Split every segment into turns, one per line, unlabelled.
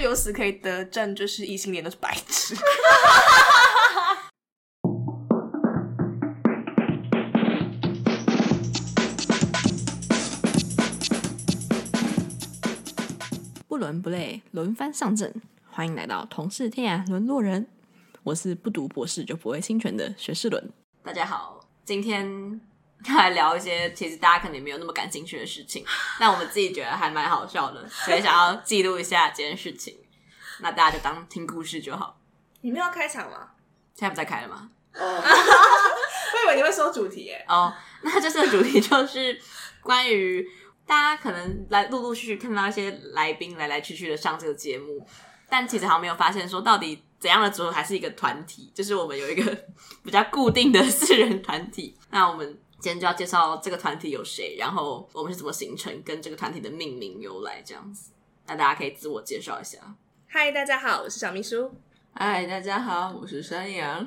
由此可以得证，就是异性恋都是白痴。
不伦不类，轮番上阵。欢迎来到同是天涯沦落人，我是不读博士就不会侵权的学士伦。
大家好，今天来聊一些其实大家可能也没有那么感兴趣的事情， 但我们自己觉得还蛮好笑的，所以想要记录一下这件事情。那大家就当听故事就好。
你们要开场吗？
现在不在开了吗？
哦 我以为你会说主题耶。
哦，那这次的主题就是关于大家可能来陆陆续续看到一些来宾来来去去的上这个节目，但其实好像没有发现说到底怎样的组合还是一个团体，就是我们有一个比较固定的四人团体。那我们今天就要介绍这个团体有谁，然后我们是怎么形成，跟这个团体的命名由来这样子。那大家可以自我介绍一下。
嗨，大家好，我是小秘书。
嗨，大家好，我是山羊。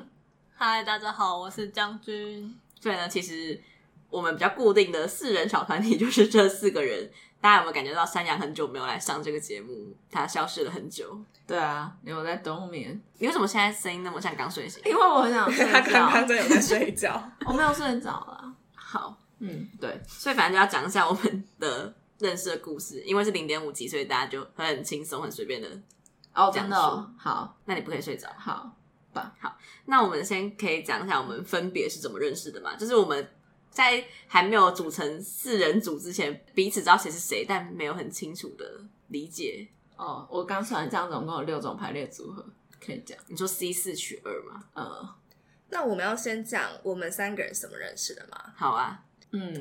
嗨，大家好，我是将军。
所以呢，其实我们比较固定的四人小团体就是 这四个人。大家有没有感觉到山羊很久没有来上这个节目？他消失了很久。
对啊，你有在冬眠？
你为什么现在声音那么像刚睡醒？哎
因为我很想睡
他刚刚真
觉，
的有在睡觉。
我没有睡着啦。
好，
嗯，对，
所以反正就要讲一下我们的认识的故事，因为是零点五级，所以大家就很轻松、很随便的。
哦，
这样
真的哦，好
那你不可以睡着。
好，
那我们先可以讲一下我们分别是怎么认识的嘛？就是我们在还没有组成四人组之前，彼此知道谁是谁，但没有很清楚的理解。
哦，我刚算这样，总共有六种排列组合可以讲。
你说 C 四取二吗？
呃，
那我们要先讲我们三个人怎么认识的吗？
好啊，
嗯，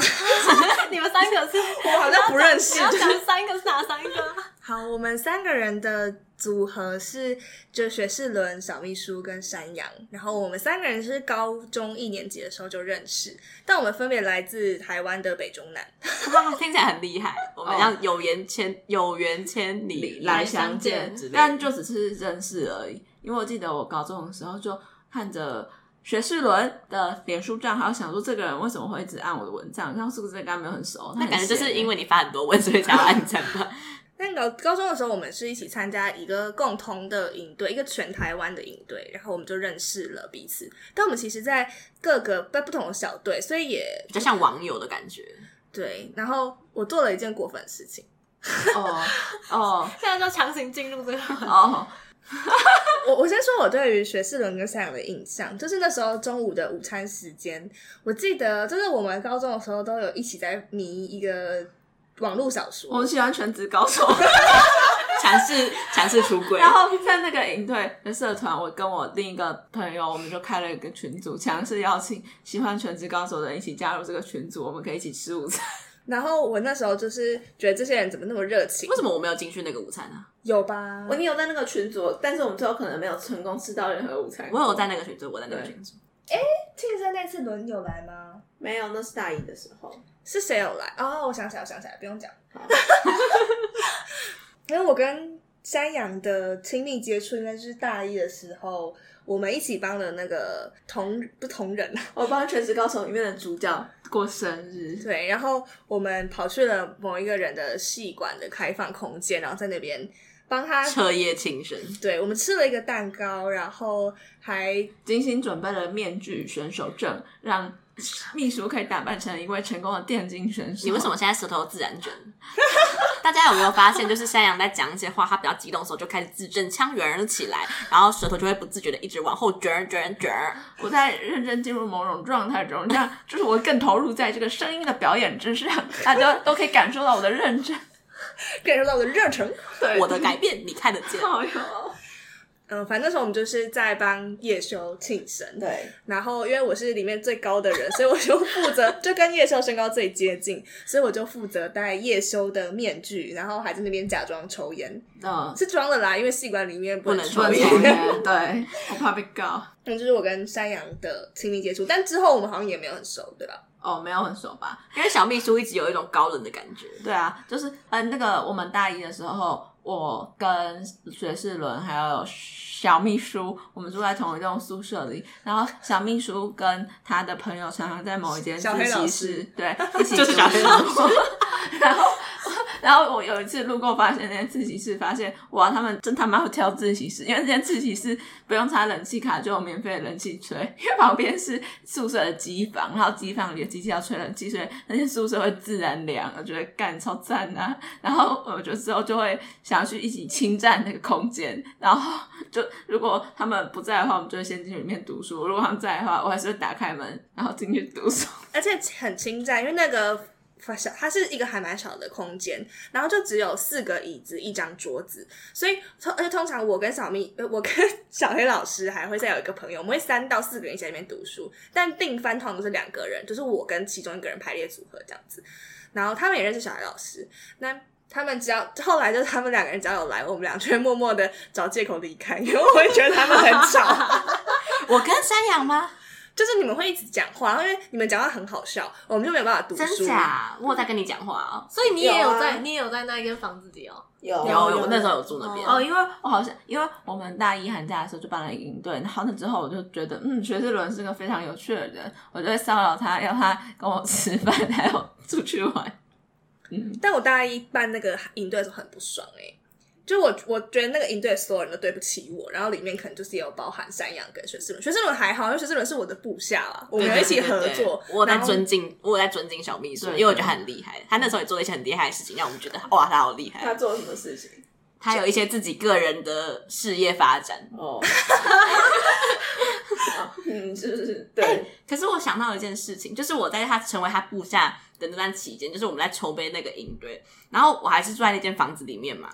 你们三个是，
我好像不认识
你。要讲三个是哪三个？
好，我们三个人的组合是就学士伦、小秘书跟山羊，然后我们三个人是高中一年级的时候就认识，但我们分别来自台湾的北中南。
哇，听起来很厉害。我们
哦
要有缘千有缘千里
来
相
相见
之类的，
但就只是认识而已。因为我记得我高中的时候就看着学士伦的脸书账号，想说这个人为什么会一直按我的文章，然后是不是跟他没有很熟？
那感觉就
很
是
闲欸
因为你发很多文，所以才要按赞吧。
那个高中的时候，我们是一起参加一个共同的营队，一个全台湾的营队，然后我们就认识了彼此。但我们其实，在各个在不同的小队，所以也
比较像网友的感觉。
对。然后我做了一件过分的事情，
哦 哦
现在就强行进入这个。
哦，
我我先说我对于学士伦跟山羊的印象，就是那时候中午的午餐时间，我记得就是我们高中的时候都有一起在迷一个网络小
我
说
们，喜欢全职高手。
强势强势出轨，
然后在那个营队的社团，我跟我另一个朋友，我们就开了一个群组，强势邀请喜欢全职高手的人一起加入这个群组，我们可以一起吃午 餐。
然后我那时候就是觉得这些人怎么那么热情
为，什么我没有进去那个午餐啊？
有吧？
们有在那个群组，但是我们最后可能没有成功吃到任何午餐
我有在那个群组，我在那个群组。
庆生那次伦有来吗？
没有，那是大一的时候。
是谁有来？哦，我想起来，我想起来，不用讲。 因为我跟山羊的亲密接触应该是大一的时候，我们一起帮了那个同不同人，
我帮《全职高手》里面的主角过生日，
对，然后我们跑去了某一个人的戏馆的开放空间，然后在那边帮他，
彻夜庆生，
对我们吃了一个蛋糕，然后还
精心准备了面具选手证，让秘书可以打扮成一位成功的电竞选手。
你为什么现在舌头自然卷？ 大家有没有发现，就是山羊在讲一些话，他比较激动的时候，就开始字正腔圆了起来，然后舌头就会不自觉的一直往后卷儿卷儿卷儿。
我在认真进入某种状态中，这样就是我更投入在这个声音的表演之上，大家都可以感受到我的认真。
感受到我的热忱。
对
我的改变你看得见，
好哟，
嗯，反正那时候我们就是在帮叶修庆生，
对，
然后因为我是里面最高的人，所以我就负责就跟叶修身高最接近，所以我就负责戴叶修的面具，然后还在那边假装抽烟，
嗯，
是装的啦，因为戏馆里面不能
不
抽
能抽
我
抽
烟。
烟，对，我怕被 告。
那就是我跟山羊的亲密接触，但之后我们好像也没有很熟，对吧？
哦，没有很熟吧？
因为小秘书一直有一种高冷的感觉。
对啊，就是嗯，那个我们大一的时候，我跟学士伦还有小秘书，我们住在同一栋宿舍里。然后小秘书跟他的朋友常常在某一间自
小黑老
习
师
室，对，一起
就是小黑老
读书然后 然后我有一次路过发现那间自习室，发现哇，他们真他妈会挑自习室，因为那间自习室不用插冷气卡就有免费的冷气吹，因为旁边是宿舍的机房，然后机房里的机器要吹冷气，所以那些宿舍会自然凉，我觉得干超赞啊。然后我就之后就会想要去一起侵占那个空间，然后就如果他们不在的话，我们就会先进去里面读书；如果他们在的话，我还是会打开门然后进去读书。
而且很侵占，因为那个发小它是一个还蛮小的空间，然后就只有四个椅子、一张桌子，所以通而且通常我跟小蜜，呃我跟小黑老师还会再有一个朋友，我们会三到四个人一起在那边读书，但定番通常都是两个人，就是我跟其中一个人排列组合这样子，然后他们也认识小黑老师，那。他们只要后来就是他们两个人只要有来，我们俩就会默默的找借口离开，因为我会觉得他们很吵。
我跟山羊吗？
就是你们会一直讲话，然后因为你们讲话很好笑，我们就没有办法读书。
真假？我有在跟你讲话哦。
所以你也
有啊
有在，你也有在那一间房子里哦。
有
有有，我那时候有住那边。
哦，因为我好像因为我们大一寒假的时候就办了一个营队，然后那之后我就觉得，嗯，学士伦是个非常有趣的人，我就会骚扰他，要他跟我吃饭，还有出去玩。
但我大一办那个营队的时候很不爽哎、欸，就我我觉得那个营队所有人都对不起我，然后里面可能就是也有包含山羊跟学士伦，学士伦还好，因为学士伦是我的部下啦，我
对
们有一起合
对对
作
对，我有在
然后
尊敬，我有在尊敬小秘书，
对
因为我觉得他很厉害。他那时候也做了一些很厉害的事情，让我们觉得哇，他好厉害。
做了什么事情？
他有一些自己个人的事业发展。
哦，嗯，就是对、
可是我想到一件事情，就是我在他成为他部下的那段期间，就是我们在筹备那个营队，然后我还是住在那间房子里面嘛。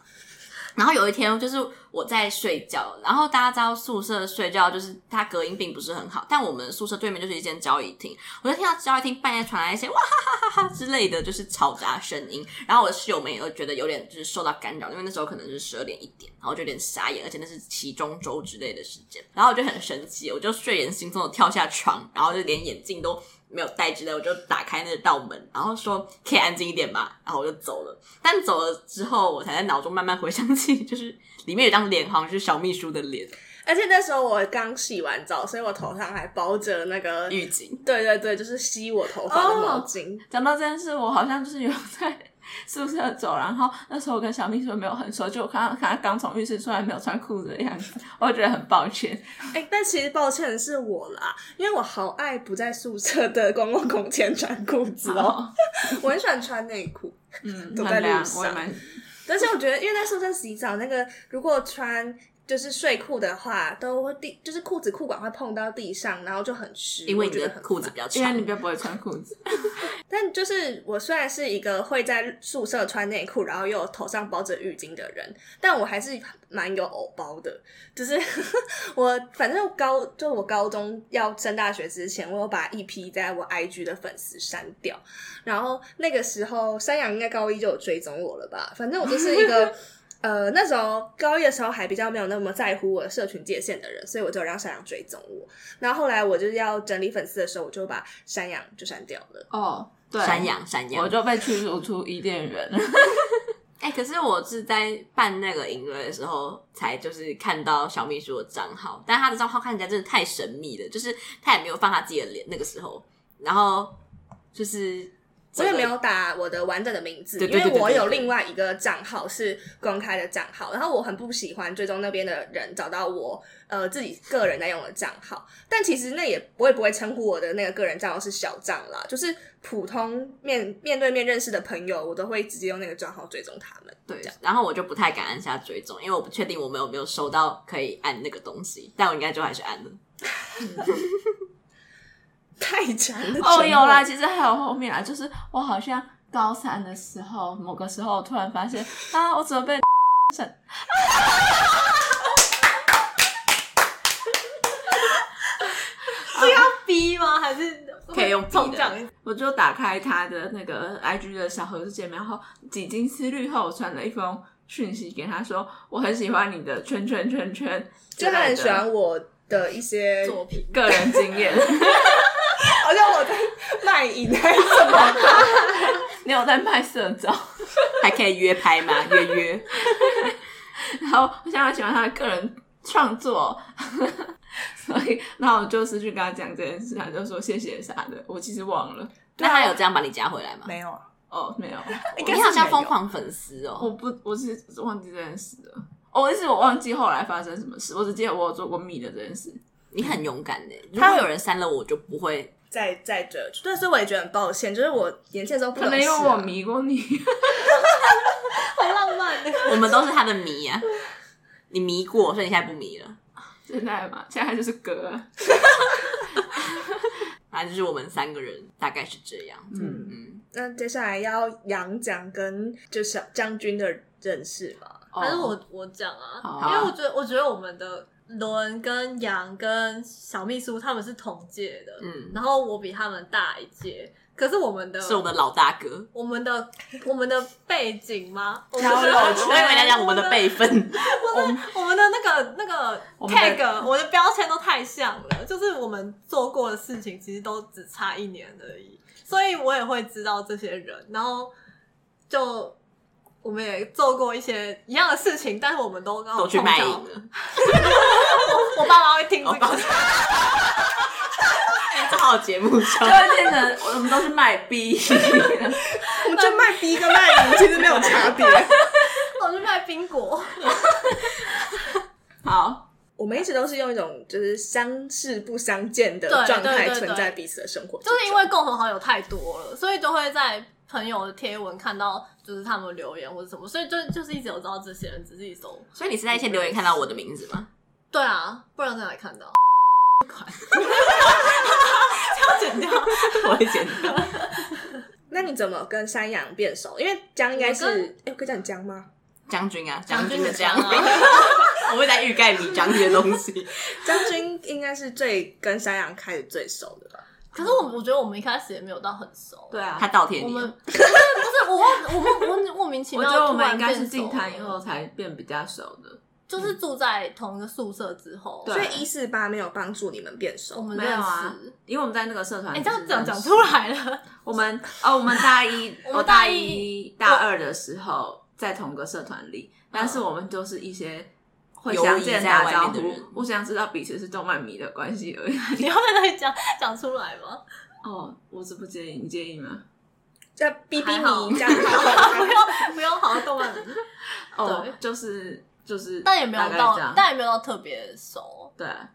然后有一天，就是我在睡觉，然后大家知道宿舍睡觉就是它隔音并不是很好，但我们宿舍对面就是一间交易厅，我就听到交易厅半夜传来一些哇哈哈哈哈 之类的就是嘈杂声音，然后我的室友们也都觉得有点就是受到干扰，因为那时候可能是十二点一点，然后就有点傻眼，而且那是期中周之类的时间，然后我就很生气，我就睡眼惺忪的跳下床，然后就连眼镜都没有戴之类，我就打开那道门，然后说可以安静一点吧，然后我就走了。但走了之后，我才在脑中慢慢回想起，就是里面有一张脸，好像是小秘书的脸，
而且那时候我刚洗完澡，所以我头上还包着那个，
狱
嗯
警。
对对对，就是吸我头发的毛巾。
哦
讲到这件事，我好像就是有在宿舍走，然后那时候我跟小秘书没有很熟，就我看到看他刚从浴室出来没有穿裤子的样子，我就觉得很抱歉。
哎、但其实抱歉的是我啦，因为我好爱不在宿舍的公共空间穿裤子哦，
哦，
我很喜欢穿内裤。
嗯，
走在
很
路
凉，
上
我也蛮
而且我觉得，因为在宿舍洗澡，那个如果穿就是睡裤的话，都会地就是裤子裤管会碰到地上，然后就很湿，
因为你
我觉
的
得很
裤子
烦
比较
因为你
长，
比较不会穿裤子。
但就是我虽然是一个会在宿舍穿内裤，然后又头上包着浴巾的人，但我还是蛮有偶包的。就是 我反正高就我高中要升大学之前，我有把一批在我 IG 的粉丝删掉。然后那个时候山羊应该高一就有追踪我了吧？反正我就是一个。呃，那时候高一的时候还比较没有那么在乎我的社群界限的人，所以我就让山羊追踪我。然后后来我就是要整理粉丝的时候，我就把山羊就删掉了。
哦，对，
山羊山羊
我。就被驱逐出伊 甸园了。
哎、可是我是在办那个营队的时候，才就是看到小秘书的账号，但他的账号看起来真的太神秘了，就是他也没有放他自己的脸，那个时候，然后就是
我
这
也
个
没有打我的完整的名字，
对
因
对对
为我
对对
有另外一个账号是公开的账号，然后我很不喜欢追踪那边的人找到我呃自己个人在用的账号，但其实那也我也不会称呼我的那个个人账号是小账啦，就是普通面面对面认识的朋友，我都会直接用那个账号追踪他们。
对，然后我就不太敢按下追踪，因为我不确定我们有没有收到可以按那个东西，但我应该就还 是按了。
太强了
哦，有啦，，其实还有后面啊，就是我好像高三的时候，某个时候突然发现啊，我怎么被审？
是要逼吗？还是
可以用逼的
重讲一次？
我就打开他的那个 IG 的小盒子界面，然后几经思虑后，我传了一封讯息给他说，我很喜欢你的圈圈圈圈，
就他很喜
欢
欢我的一些，
作品
个人经 验。
好像我在卖淫还是什么。
你有在卖社招？
还可以约拍吗？约约。
然后我现在喜欢他的个人创作， 所以然后我就是去跟他讲这件事，他就说谢谢啥的，我其实忘了。
那他有这样把你加回来吗？
啊没有啊，
哦，没有，
该
你
是
好像
没
疯
有
狂粉丝哦，
我不，我是忘记这件事了。哦，但是我忘记后来发生什么事，我只记得我有做过密的这件事。
你很勇敢的。如果有人删了我，就不会。
在在这，对，所以我也觉得很抱歉，就是我年轻的时候不
可
懂
能因
事
为
啊、
我迷过你，
很浪漫的。
我们都是他的迷啊。你迷过，所以你现在不迷了。
现在嘛，现在就是哥 啊。
反正就是我们三个人大概是这样。
嗯，
嗯，
那接下来要杨蒋跟就小将军的认识 嘛？
还是
哦
我我讲啊，
好
因为
啊
我觉得我觉得我们的伦跟杨跟小秘书他们是同届的，
嗯
然后我比他们大一届，可是我们的
是我们的老大哥。
我们的我们的背景吗？我们
交友
的
圈
我以为在讲我们的辈分，
我们的那个那个
我们的
tag，我的标签都太像了，就是我们做过的事情其实都只差一年而已，所以我也会知道这些人，然后就我们也做过一些一样的事情，但是我们都刚好
都去
碰
卖
到
淫了。
我爸妈会听这
哦抱
个，
哎，这好有节目效果。
就会变成我们都是卖逼，
我们就卖逼跟卖淫其实没有差别。
我是卖冰果，
好，
我们一直都是用一种就是相视不相见的
对
状态
对对
存在
对
彼此的生活之
就
中，
是因为共同好友太多了，所以就会在朋友的贴文看到就是他们留言或者什么，所以就就是一直有知道这些人，只是一种
所以你是在一些留言看到我的名字吗？
对啊，不然在哪里看到？
我会剪掉。
那你怎么跟山羊变熟？因为江应该是，
我跟
哎、我可以叫你江吗？
将军啊，
将
军
军
的
的
将
将
啊
啊，
我会在欲盖弥彰这些东西。
将军应该是最跟山羊开始最熟的吧？
可是我我觉得我们一开始也没有到很熟，
对啊
他，倒贴
我
你哦
们
了，
不是不是我忘我莫我莫名其
我
妙
觉得我
突然变熟了，
们应该是进摊以后才变比较熟的。
就是住在同一个宿舍之后，
对
所以一四八没有帮助你们变
我
熟，
们
嗯没
认识。
有啊，嗯因为我们在那个社团，
哎、这样讲讲出，来了，
我们哦，我们大一，
我们嗯
我
大
一
一
大二的时候在同个社团里，但是我们就是一些。会
游移
相见
在
打
外
招
面的
呼
人，
互相知道彼此是动漫迷的关系 而已。
你要在那里讲讲出来 吗？
哦，我是不介意，你介意吗？
叫逼逼
还好
你这样好
不 用不用，好像动漫迷，
哦
对，
就是就是，
但也没有
这
到
样，，
但也没有到特别熟。
对，啊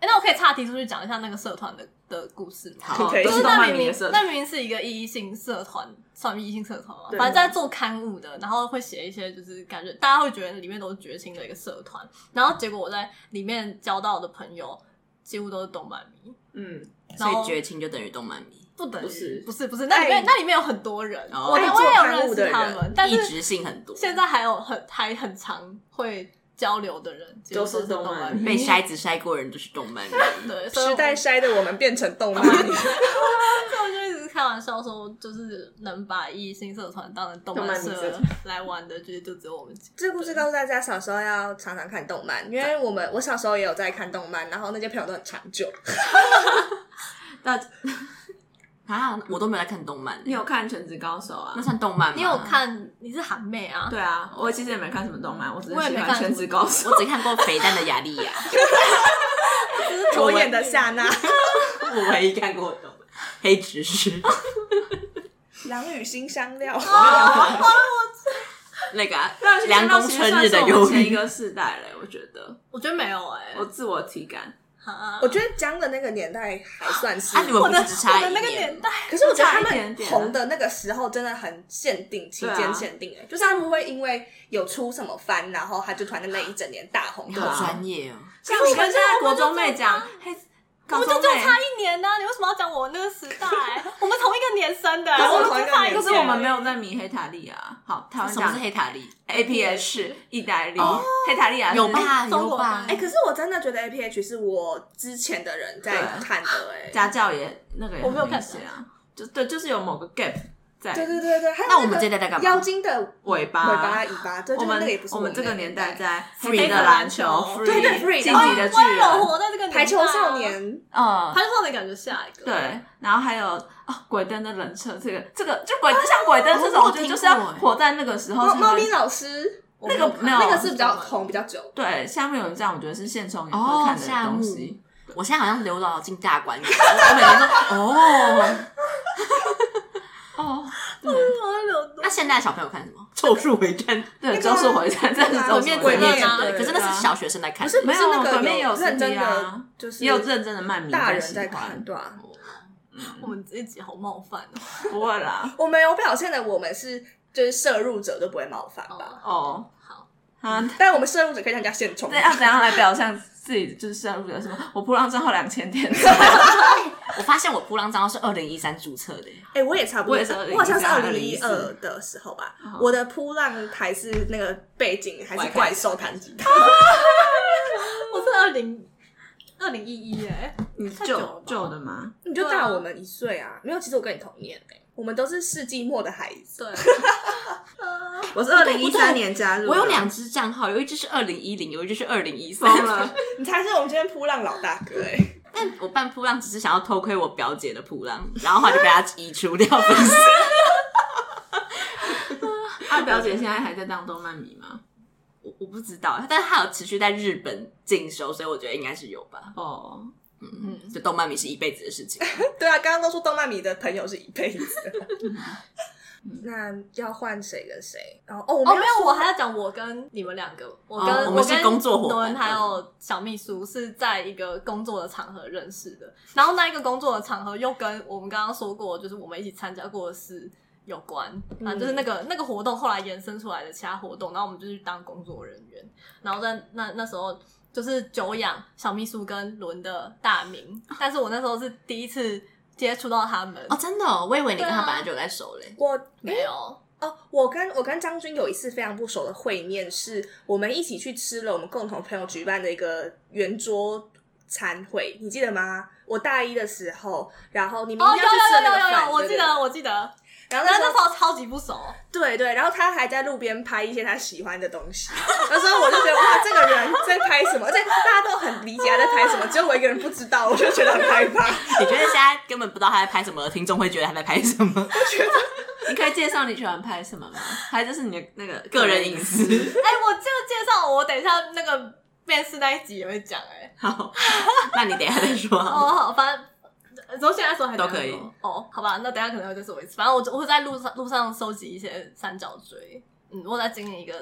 哎、那我可以岔题出去讲一下那个社团的的故事吗？
好
哦
可以
都
就是
是
那
动漫
明
迷的
明
社团，
那明明是一个异性社团，算异性社团嘛，
对
反正在做刊物的，然后会写一些就是感觉大家会觉得里面都是绝情的一个社团，然后结果我在里面交到的朋友几乎都是动漫迷，
嗯，
然
所
后
以绝情就等于动漫迷，
不等于
不是
不是不是，那里
爱
面那里面有很多人，
哦
我我
爱
做
也有
刊物
认
的
识他
人
们，但
一
是
直性很多。
现在还有很还很常会交流的人，几乎
都是
是
动漫
漫
迷
被筛子筛过的人就是动漫迷。
对，所以
时
我
代筛的我们变成动漫迷，
所以我就一直开玩笑说，就是能把异性社团当成动
动漫
漫
迷社
社来玩的，就是就只有我们几个。
这个故事告诉大家，小时候要常常看动漫，因为我们我小时候也有在看动漫，然后那些朋友都很长 久。
那
啊，我都没有在看动漫，欸
你有看《全职高手》啊
嗯
那？算动漫吗？
你有？看？你是韩妹啊？
对啊，我其实也没看什么动漫，我只是
我也
喜
没
欢《
看什
全
么
职高 手
我》只看过肥蛋的雅丽亚，
左眼的夏娜，
我唯一看过的动漫。 哦黑执 事
狼与新香料，
那个 啊
但是
凉宫春日的忧
前一
郁，
个世代嘞，我觉得
我觉得没有哎、
我自我体感，
哈
我觉得江的那个年代还算是
啊，你们
我
不
的
是只差
我的
一
那个
年
年
吗？
代，
可是我觉得他
差一点
们
点啊
红的那个时候真的很限定，期
对啊
间限定、欸，就是他们会因为有出什么番，然后他就突然在那一整年大红
你
大
好
对啊
紫。
专业哦！
像你跟现在国中啊妹
我
讲，嘿，
我
高
们
中
就只有
妹，
差一年呢、啊你为什么要讲我那个时代？我们同一个年生的、啊
可是我
们
同一个
只差
年
一
可
生
是我们没有在迷黑塔利亚。好，台湾
什么
讲
是黑塔利？
A P H 意大利
哦，
黑塔利亚是
有吧
中
有
国
吧
吧？
哎、可是我真的觉得 A P H 是我之前的人在
啊
看的、欸，哎，
家教也那个也
我没有
很明
看
显啊，就对，就是有某个 gap
对
在
对对对，还有
那我们
个
这代在干嘛
妖精的尾
尾巴。
巴、尾巴，对，
我
就是那
们
个也不是
我们这个
的
年代
代，
在
Free
的篮球
的篮球哦
对对
free
，Free
晋级的巨
啊我也有
人，哦
活在这个年代啊
排球少，年，
嗯，
排球少年感觉下一个
对，然后还有啊鬼灯的人设，这个这个就鬼像鬼灯这种，
哦
我觉得就是要
我听过哎
活在那个时候
猫
才会。
猫咪老师，
我
那
没
个
有看
没有
那个是比较红比较久，
对，下面有人这样，我觉得是现充也
哦
会看的东
夏目
西。
我 现在好像刘姥姥进大观园，我每天说哦，
哦，
流
那现在小朋友看什么？咒术回战，
对，咒术回战，这是
鬼
咒术
灭
回
鬼
战
灭
啊
啊，对，
对
可是那
对
是小学生在看，
不是
没有
那个
鬼灭也有
认真
CD 啊
的，就是
也有认真的漫迷
大
在
人
喜
在看，
欢，嗯
对啊。
我们这一集好冒犯哦。
不会啦。
我们有表现的，我们是就是摄入者都不会冒犯吧？
哦
哦，
好，
啊，
但我们摄入者可以参加现充
那，要怎样来表现自己就是摄入的什么？我破浪账号两千天，
我发现我扑浪账号是二零一三注册的，欸
哎、我也差不多，
我也是
好像是二零一二
2014
的时候吧。
嗯
我的扑浪台是那个背景还是怪兽弹吉他，
我是二零二零一一哎，
你
太久了
旧
吧
旧的吗？
你就大
对啊
我们一岁啊。没有，其实我跟你同年、欸、我们都是世纪末的孩子。
对，
我是二零一三年加入的，
我有两只账号，有一只是二零一零，有一只是二零一三。
疯了，
你才是我们今天扑浪老大哥 哎、
但我办扑浪只是想要偷窥我表姐的扑浪，然后后来就被她移除掉粉 丝。
二表姐现在还在当动漫迷吗？
我我不知道，但是她有持续在日本进修，所以我觉得应该是有吧。
哦，
就动漫迷是一辈子的事 情。
对啊，刚刚都说动漫迷的朋友是一辈子的。 那要换谁跟谁？然后哦，我
哦
们
没
要
有，
说
我还要讲我跟你们两个，我
哦
跟嗯
我们是
跟
工作伙伴
诺恩还有小秘书是在一个工作的场合认识的，然后那一个工作的场合又跟我们刚刚说过，就是我们一起参加过的事有关，啊，就是那个那个活动后来延伸出来的其他活动，然后我们就去当工作人员，然后在那那时候就是久仰小秘书跟伦的大名，但是我那时候是第一次接触到他们，
哦，真的、哦，我以为你跟
对
她
啊
本来就有在熟嘞。
我
没有。
哦，我跟我跟张军有一次非常不熟的会面，是我们一起去吃了我们共同朋友举办的一个圆桌餐会，你记得吗？我大一的时候，然后你们
哦，
应
有
该去吃了那个
有有有
饭，
有，我
对
记。得我记得，
对然后
但
那时
是那
候
时候超级不熟，
对对，然后他还在路边拍一些他喜欢的东西，那时候我就觉得哇，这个人在拍什么？而且大家都很理解他在拍什么，只有我一个人不知道，我就觉得很害怕。
你觉得现在根本不知道她在拍什么，听众会觉得她在拍什 么？
你可以介绍你喜欢拍什么吗？还就是你的那个
个人隐私。
哎、我这个介绍我等一下那个面试那一集也会讲哎、
好，那你等一下再说好
哦，
了。
好，反正从现在说还
都可以
这样说哦，好吧，那等一下可能会再说一次。反正我就我会在路上路上收集一些三角锥，嗯，我在经营一个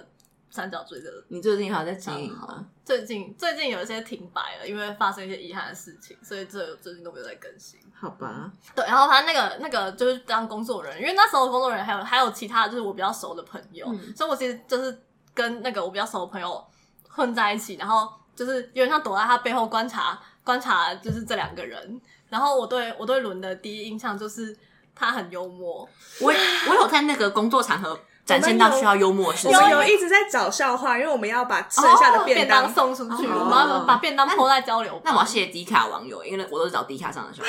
三角锥的。
你最近还有在经营吗？
最近最近有一些停摆了，因为发生一些遗憾的事情，所以这最近都没有在更新。
好吧，
对，然后他那个那个就是当工作人员，因为那时候工作人员还有还有其他就是我比较熟的朋友，
嗯
所以我其实就是跟那个我比较熟的朋友混在一起，然后就是有点像躲在他背后观察观察，就是这两个人。然后我对我对伦的第一印象就是他很幽默，
我我有在那个工作场合展现到需要幽默的事
我们
情。
有一直在找笑话，因为我们要把剩下的
哦便
当
送出去，
哦
我们要把便当抛在交流吧。
那我要谢迪卡网友，因为我都是找迪卡上的笑话。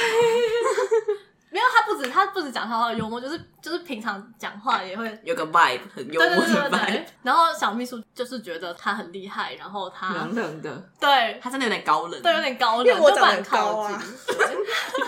没有他不止他不止讲他的幽默，就是就是平常讲话也会
有个 vibe 很幽
对
默
对对对
的 vibe，
对。然后小秘书就是觉得他很厉害，然后他
冷冷的，
对
他真的有点高冷，
对，有点高冷，
因为我
就不
长得
敢靠
很高
近
啊。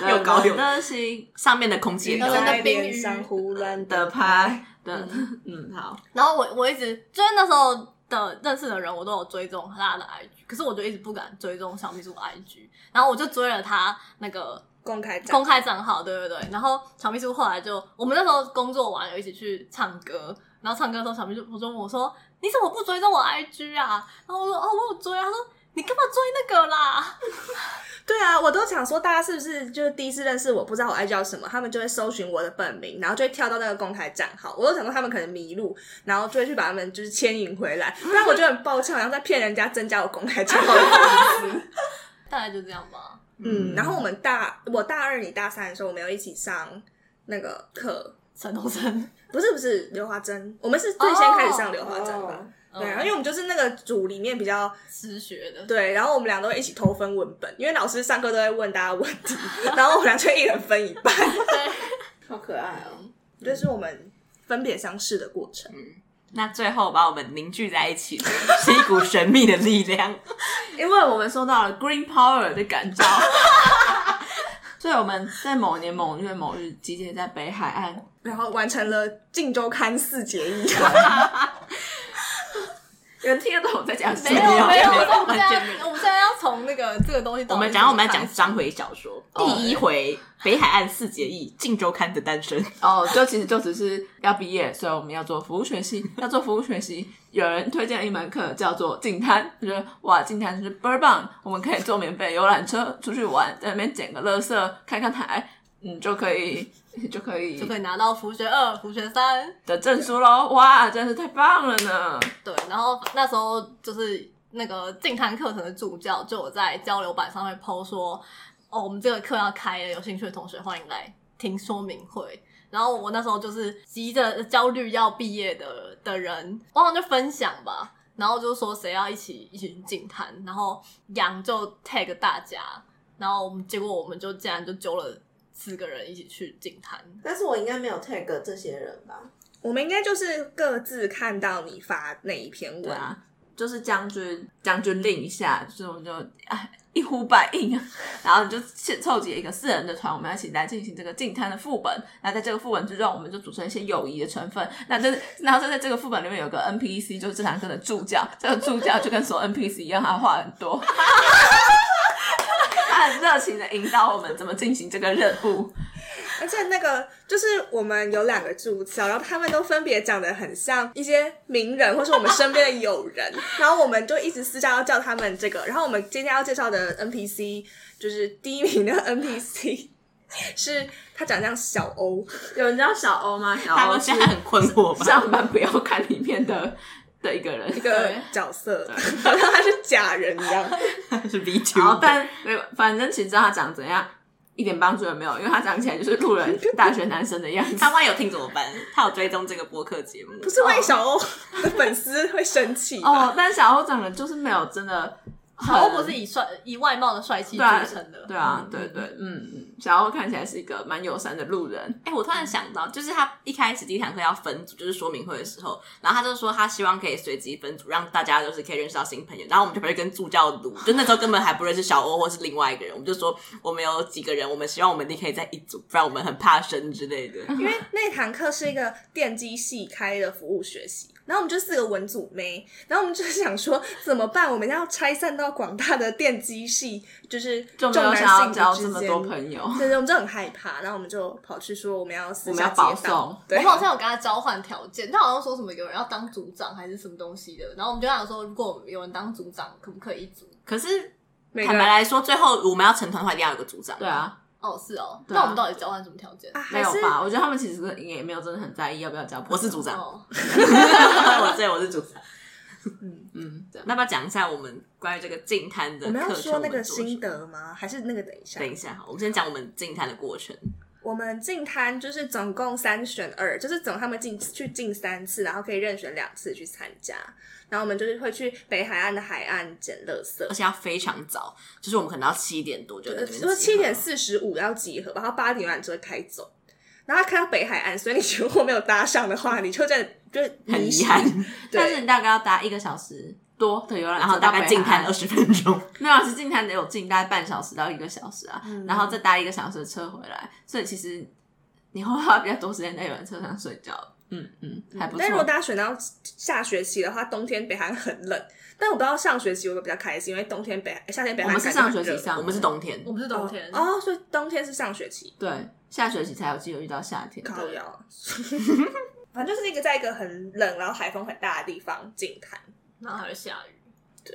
又高又
冷 的心
上面的空气也高
有点
冷。
在
在
冰
脸
雨
上胡乱
的
的拍。
拍的，嗯，好，
然后我我一直就是那时候的认识的人，我都有追踪他的 IG，可是我就一直不敢追踪小秘书 IG，然后我就追了他那个
公开讲
公开账号，对对对。然后小秘书后来就，我们那时候工作完有一起去唱歌，然后唱歌的时候，小秘书我就问我说：“你怎么不追踪我 IG 啊？”然后我说：“哦，我有追啊。”他说：“你干嘛追那个啦
对啊，我都想说大家是不是就是第一次认识我，不知道我爱叫什么，他们就会搜寻我的本名，然后就会跳到那个公开账号。我都想说他们可能迷路，然后就会去把他们就是牵引回来，不然我就很抱歉，好像在骗人家增加我公开账号的粉丝。？”
大概就这样吧。
嗯，然后我们大我大二你大三的时候，我们有一起上那个课，
陈东升，
不是不是刘华珍，我们是最先开始上刘华珍吧？对啊，因为我
嗯
们就是那个组里面比较
失 学的，
对，然后我们俩都会一起偷分文本，因为老师上课都会问大家问题， 然后我们俩就一人分一半，
好可爱哦。
这是我们分别相识的过程。
嗯
那最后把我们凝聚在一起 的是一股神秘的力量。
因为我们受到了 Green Power 的感 召，所以我们在某年某月某日集结在北海岸。
然后完成了《晋州刊》四结义，
有人听得懂我在讲什
没有
么？
没有，我
没有
们
完
现
全
在我们现在要从那个这个东西 到
我
底
们
是
讲，
怎
我们
么
来
开
讲
始哦
章回小说，第一回《北海岸四结义》《镜周刊》的诞生。
哦，就其实就只是要毕业，所以我们要做服务学 习，要做服务学习。有人推荐了一门课叫做净滩，就觉得哇，净滩是倍儿棒，我们可以坐免费游览车出去玩，在那边捡个垃圾，看看海，嗯，就可以嗯就可以
就可以拿到福学二、福学三。
的证书喽！哇，真是太棒了呢！
对，然后那时候就是那个净滩课程的助教就有在交流版上面 PO 说，哦，我们这个课要开了，有兴趣的同学欢迎来听说明会。然后我那时候就是急着焦虑要毕业的的人，我好像就分享吧，然后就说谁要一起一起去净滩，然后杨就 tag 大家，然后我们结果我们就竟然就揪了四个人一起去净滩，
但是我应该没有 tag 这些人吧？
我们应该就是各自看到你发那一篇文，
对啊，就是将军将军令一下，就是我们就哎一呼百应，啊 然后你就凑集一个四人的团，我们要一起来进行这个净滩的副本。那在这个副本之中，我们就组成一些友谊的成分。那就是，然后就在这个副本里面有个 NPC，就是这堂课的助教。这个助教就跟所有 NPC 一样，他话很多。 他很热情的引导我们怎么进行这个任务，
而且那个就是我们有两个助教，然后他们都分别长得很像一些名人或是我们身边的友人，然后我们就一直私下要叫他们这个。然后我们今天要介绍的 NPC 就是第一名的 NPC，是 他长得像小欧，
有人知道小欧吗？小
他
欧
们
是
现在很困惑吧？
上班不要看里面的的一个人，
一个角色，好像 他是假人一样。
啊
是 V 2
哦
然后但没有，反正其实知道他长怎样一点帮助也没有，因为他长起来就是路人大学男生的样子
他。万一有听怎么办？他有追踪这个播客节目，
不是万一小欧的 粉丝会生气吧？
哦， 但小欧长得就是没有真的很，
小欧不是以帅以外貌的帅气著
对啊
称的，
对啊，对对，嗯嗯，小欧看起来是一个蛮友善的路人，
哎、我突然想到，就是他一开始第一堂课要分组，就是说明会的时候，然后他就说他希望可以随机分组，让大家就是可以认识到新朋友。然后我们就跑去跟助教撸，就那时候根本还不认识小欧或是另外一个人，我们就说我们有几个人，我们希望我们一定可以在一组，不然我们很怕生之类的。
因为那堂课是一个电机系开的服务学习，然后我们就四个文组妹，然后我们就想说怎么办？我们要拆散到广大的电机系，就是
就
重
没有
男
想要
性
交
之
这么
间。
多朋友。
对对，我们就很害怕，然后我们就跑去说我们要私
我们
下
要保
结党
送
对啊
我，们好像有跟他交换条件，他好像说什么有人要当组长还是什么东西的，然后我们就想说，如果我们有人当组长，可不可以一组？
可是
每个
坦
人
白来说，最后我们要成团的话，一定要有个组长。
对，啊，
哦，是哦，
对啊
那我们到底交换什么条件？
啊
没
还
有
是
吧？我觉得他们其实也没有真的很在意要不要交朋友。
我是组长，
哦，
我对我是组长。
嗯，对
那要不要讲一下我们关于这个净滩的
我们要
课程？
说那个
们做什么
心。得吗？还是那个等一下？
等一下，好我们先讲我们净滩的过程。
我们进摊就是总共三选二，就是总他们进去进三次，然后可以任选两次去参加。然后我们就是会去北海岸的海岸捡垃圾
哦
而，且要非常早，就是我们可能要七点多就在那
呃，
边集合。
说七点四十五要集合吧，然后八点半就会开走。然后看到北海岸，所以你如果没有搭上的话，你就在就
很
迷
遗
失
憾，
但是
对，
你大概要搭一个小时多的游览车
然
到
后大
北海岸，
概静
啊
态二十分钟，
没有，啊是进台得有进大概半小时到一个小时啊，然后再搭一个小时的车回来，所以其实你会花比较多时间在游览车上睡觉。嗯嗯，还不错。
但如果大家选到下学期的话，冬天北海岸很冷。但我不知道上学期我都比较开心，因为冬天北夏天北
我
海岸
们是
感觉
上嗯
很
学期
热
上，
我们是冬天
我，们是冬天，
哦，所以冬天是上学期。
对下学期才有机会遇到夏天。
靠腰， 反正就是一个在一个很冷，然后海风很大的地方进滩。
然后还有下雨，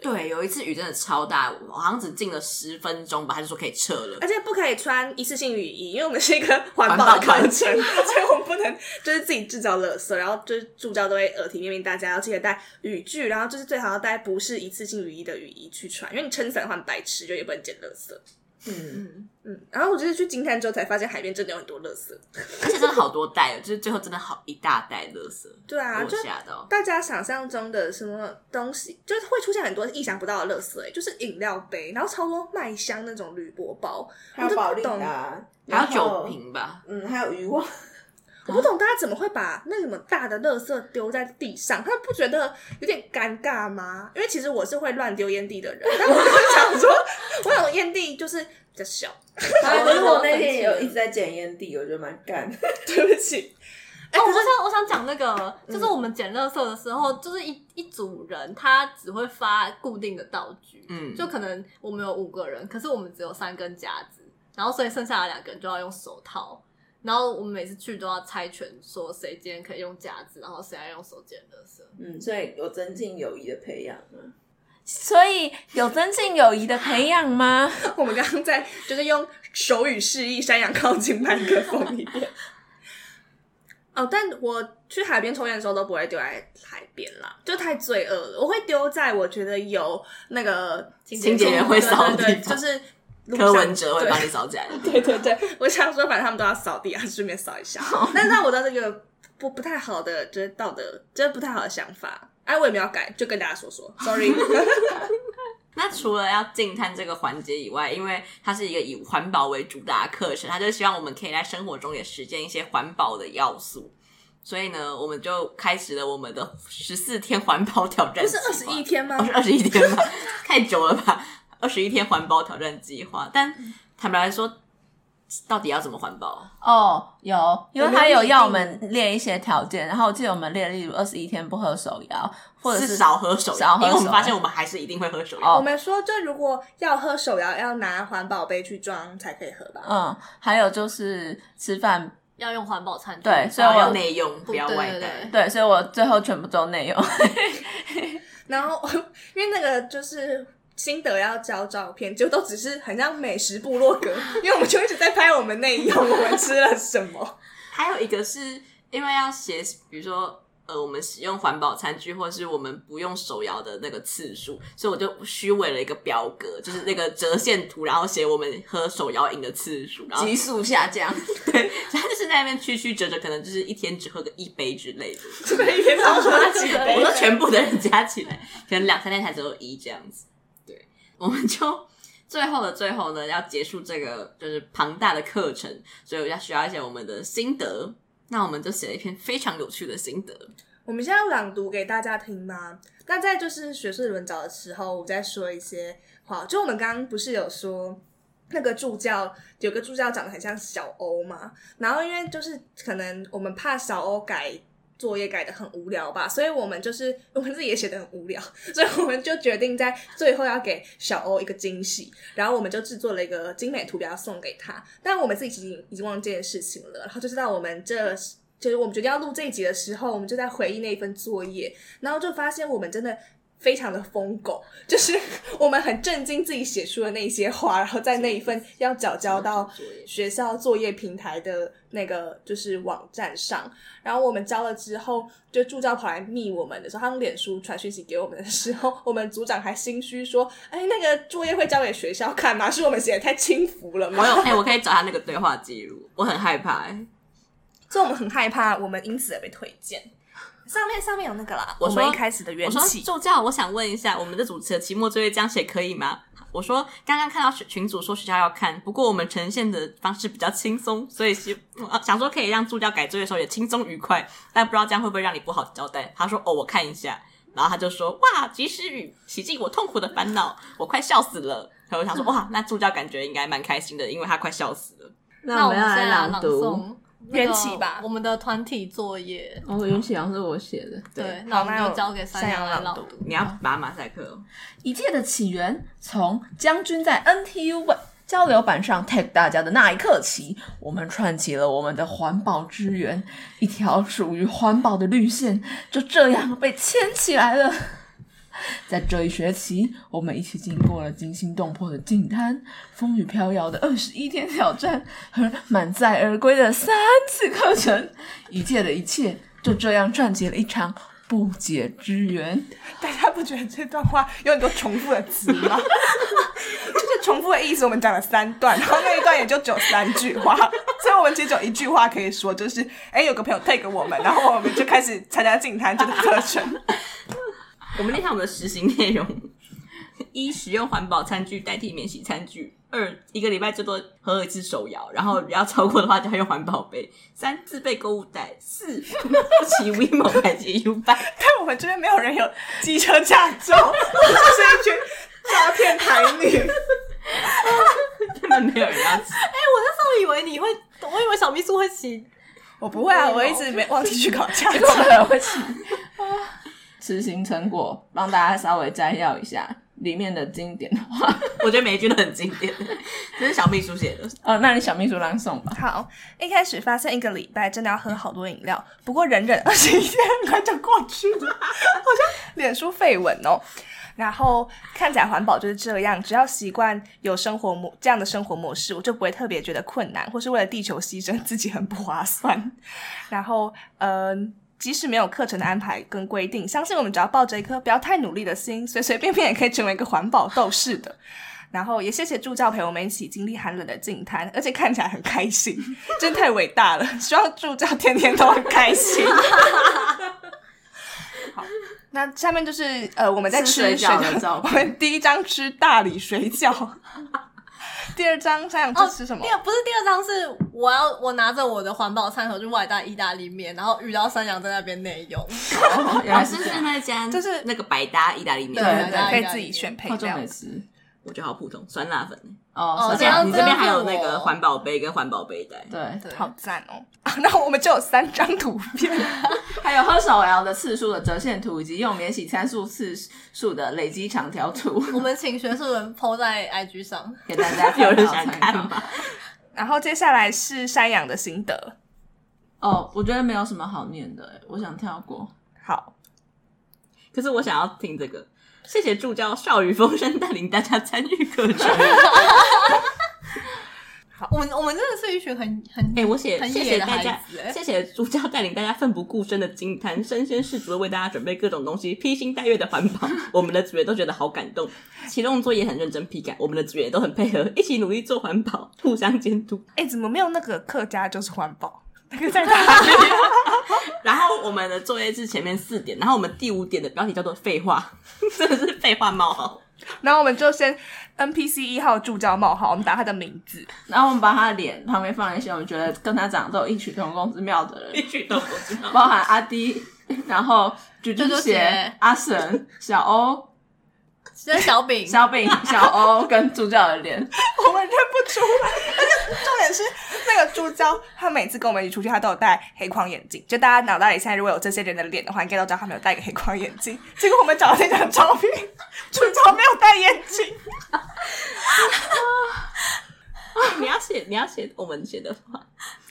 对，有一次雨真的超大，我好像只进了十分钟吧，他就说可以撤 了
而。且不可以穿一次性雨衣，因为我们是一个环保的课程，所以我们不能就是自己制造垃圾，然后就是助教都会耳提面命大家要记得带雨具，然后就是最好要带不是一次性雨衣的雨衣去穿，因为你撑伞的话很白痴，就也不能捡垃圾。
嗯
嗯，然后我就是去金滩之后才发现海边真的有很多垃圾。
而且真的好多袋哦，就是最后真的好一大袋垃圾，
对啊，
我
就
吓到。
大家想象中的什么东西，就是会出现很多意想不到的垃圾、欸，就是饮料杯，然后超多麦香那种铝箔包，
还有
我就不
保利
懂
达，
还有
然后
酒，瓶吧，
嗯，还有渔 网，
我不懂大家怎么会把那什么大的垃圾丢在地上，他们不觉得有点尴尬吗？因为其实我是会乱丢烟蒂的人，但我就想说， 我有烟蒂就是比较小，
可是我那天也有一直在捡烟蒂，我觉得蛮干。
对不起。
哦，我想我想讲那个，
嗯
就是我们捡垃圾的时候，就是一一组人，他只会发固定的道具，
嗯
就可能我们有五个人，可是我们只有三根夹子，然后所以剩下的两个人就要用手套，然后我们每次去都要猜拳，说谁今天可以用夹子，然后谁要用手捡垃圾。
嗯，所以有增进友谊的培养啊。
所以有增进友谊的培 养吗？
我们刚刚在就是用手语示意山羊靠近麦克风一点。 哦，但我去海边抽烟的时候都不会丢在海边啦，就太罪恶了。我会丢在我觉得有那个
清洁员会扫的
对对对
地方
就是路上
柯文哲会
对
帮你扫起来。
对对对，我想说，反正他们都要扫地啊，顺便扫一 下。但是我到这个不不太好的，就是道德，就是不太好的想法。哎，我也没有改，就跟大家说说，sorry。
那除了要净碳这个环节以外，因为它是一个以环保为主打的课程，它就希望我们可以在生活中也实践一些环保的要素。所以呢，我们就开始了我们的十四天环保挑战计划。
不是二十一天吗
哦，？是二十一天吧？ 太久了吧？二十一天环保挑战计划，但坦白来说，到底要怎么环保？
哦，有，因为他
有
有
没有
要我们列一些条件，然后我记得我们列，例如二十一天不喝手摇，或者
是少喝手
少
摇，
喝
因为我们
手
发
摇
现我们还是一定会喝手摇。
我们说，就如果要喝手摇，要拿环保杯去装才可以喝吧？
嗯，还有就是吃饭，
要用环保餐具，
对所以
然后
我
要内用，不要
对
外
对
带。
对
对，所以我最后全部都内容。
然后 因为那个就是。心得要交照片，就都只是很像美食部落 格，因为我们就一直在拍我们内用，我们吃了什么。
还有一个是因为要写，比如说呃，我们使用环保餐具，或是我们不用手摇的那个次数，所以我就虚伪了一个表格，就是那个折线图，然后写我们喝手摇饮的次数，然后
速下降，
对，他就是在那边曲曲折折，可能就是一天只喝个一杯之类的。
这个一天超出来几
我
杯
说全部的人加起来，可能两三天才只有一这样子。对，我们就最后的最后呢，要结束这个就是庞大的课程，所以我要需要一些我们的心得。那我们就写了一篇非常有趣的心得，
我们现在要朗读给大家听吗？那在就是学士轮找的时候，我再说一些话。就我们刚刚不是有说那个助教有个助教长得很像小欧嘛，然后因为就是可能我们怕小欧改。作业改的很无聊吧，所以我们就是我们自己也写的很无聊，所以我们就决定在最后要给小欧一个惊喜，然后我们就制作了一个精美图标送给他。但我们自己已经已经忘记这件事情了，然后就知道我们这就是我们决定要录这一集的时候，我们就在回忆那一份作业，然后就发现我们真的。非常的疯狗，就是 我们很震惊自己写出的那些话，然后在那一份要缴交到学校作业平台的那个就是网站上，然后我们交了之后，就助教跑来密我们的时候，他用脸书传讯息给我们的时候，我们组长还心虚说：“哎，那个作业会交给学校看吗？是我们写的太轻浮了吗？”
我有哎、我可以找他那个对话记录，我很害怕、欸。
所以我们很害怕，我们因此而被推荐。上面上面有那个啦，我
我
哦
说
们一开始的元
我说
气，
助教，我想问一下，我们的主持的期末作业这样写可以吗？我说刚刚看到群主说学校要看，不过我们呈现的方式比较轻松，所以希呃想说可以让助教改作业的时候也轻松愉快，但不知道这样会不会让你不好交代。他说哦，我看一下，然后他就说哇，及时雨洗净我痛苦的烦恼，我快笑死了。然后我想说哇，那助教感觉应该蛮开心的，因为他快笑死了。
那我们现
要
在朗
读。
诵那个
缘起吧
我们的团体作业。
哦，袁启阳是我写的。
对，那我们就交给山羊来朗读。
你要把马赛克哦、
一切的起源从将军在 NTU 版交流板上 tag 大家的那一刻起，我们串起了我们的环保之源，一条属于环保的绿线就这样被牵起来了。 在这一学期，我们一起经过了惊心动魄的净滩、风雨飘摇的二十一天挑战和满载而归的三次课程，一切的一切就这样串起了一场不解之缘。
大家不觉得这段话有很多重复的词吗？就是重复的意思，我们讲了三段，然后那一段也就只有三句话， 所以我们其实只有一句话可以说，就是哎、有个朋友 take 我们，然后我们就开始参加净滩这个课程。
我们念一下我们的实行内容： 一、使用环保餐具代替免洗餐具；二、一个礼拜最多喝一次手摇，然后要超过的话就要用环保杯；三、自备购物袋；四、骑 WeMo 买节 U b
但我们这边没有人有机车驾照，我们就是一群诈骗台女。
根本没有人要骑。
哎、我那时候以为你会，我以为小秘书会骑
我不会啊，我一直没忘记去考 驾
这个
照。
对不起。 执行成果帮大家稍微摘要一下里面的经典的话，
我觉得每一句都很经典， 这是小秘书写的。
哦，那你小秘书朗诵吧。
好，一开始发现一个礼拜真的要喝好多饮料，不过忍 忍二十一天很快就过去了， 好像脸书绯闻哦。然后看起来环保就是这样，只要习惯有生活模这样的生活模式，我就不会特别觉得困难，或是为了地球牺牲自己很不划算。然后，嗯、即使没有课程的安排跟规定，相信我们只要抱着一颗不要太努力的心，随随便便也可以成为一个环保斗士的。然后也谢谢助教陪我们一起经历寒冷的净滩，而且看起来很开心，真太伟大了！希望助教天天都很开心。 好，那下面就是呃我们在吃
吃水饺的
水
照
我
片
们第一章吃大理水饺， 第二章想想吃吃什么
第？二不是第二张是我要我拿着我的环保餐盒去外带意大利面，然后遇到山羊在那边内用，
哦原来
就是
这
是
样，
那家，
就是
那个百搭意大利面，
对
对
可以自己选配
好久
料
没。吃
我觉得好普通，酸辣粉。
哦，
哦
而
是这
这
且
样
样
你
子
这边还有那个环保杯跟环保杯袋，
对，
对，
好赞哦！ 那我们就有三张图片，
还有喝手摇的次数的折线图，以及用免洗参数次数的累积长条图，
我们请学术人 PO 在 IG 上，
给大 家
有人
参考
想
参
看
考
吗？
然后接下来是山羊的心得。
哦，我觉得没有什么好念的，我想跳过。
好，
可是我想要听这个。谢谢助教少雨风声带领大家参与课程。
我们我们真的是一群很很
哎、我写
很
谢
野
谢
的
大
孩
家
子，哎，
谢谢助教带领大家奋不顾身的惊叹，身先士卒的为大家准备各种东西，披星戴月的环 保。我们的组员都觉得好感动，启动作业很认真批改，我们的组员都很配合，一起努力做环保，互相监督。
哎、怎么没有那个客家就是环保？ 那个在哪 里？
然后我们的作业是前面四点，然后我们第五点的标题叫做“废话”， 真的是废话冒号。
然后我们就先 NPC 一号助教冒号，我们打他的名字。
然后我们把他的脸旁边放一些我们觉得跟他长得都有异曲同工之妙的 人，
一句都不知道。
包含阿迪，然后啾啾
啾
鞋
鞋、
阿神、小欧、
这是小饼，
小饼、小欧跟助教的 脸，
我们认不出来。 而且重点是那个助教，他每次跟我们一起出去，他都有戴黑框眼镜。就大家脑袋里现在如果有这些人的脸的话，应该都知道他没有戴个黑框眼镜。 结果我们找到那张照片， 助教没有戴眼镜。
你要写，你要写我们写的话，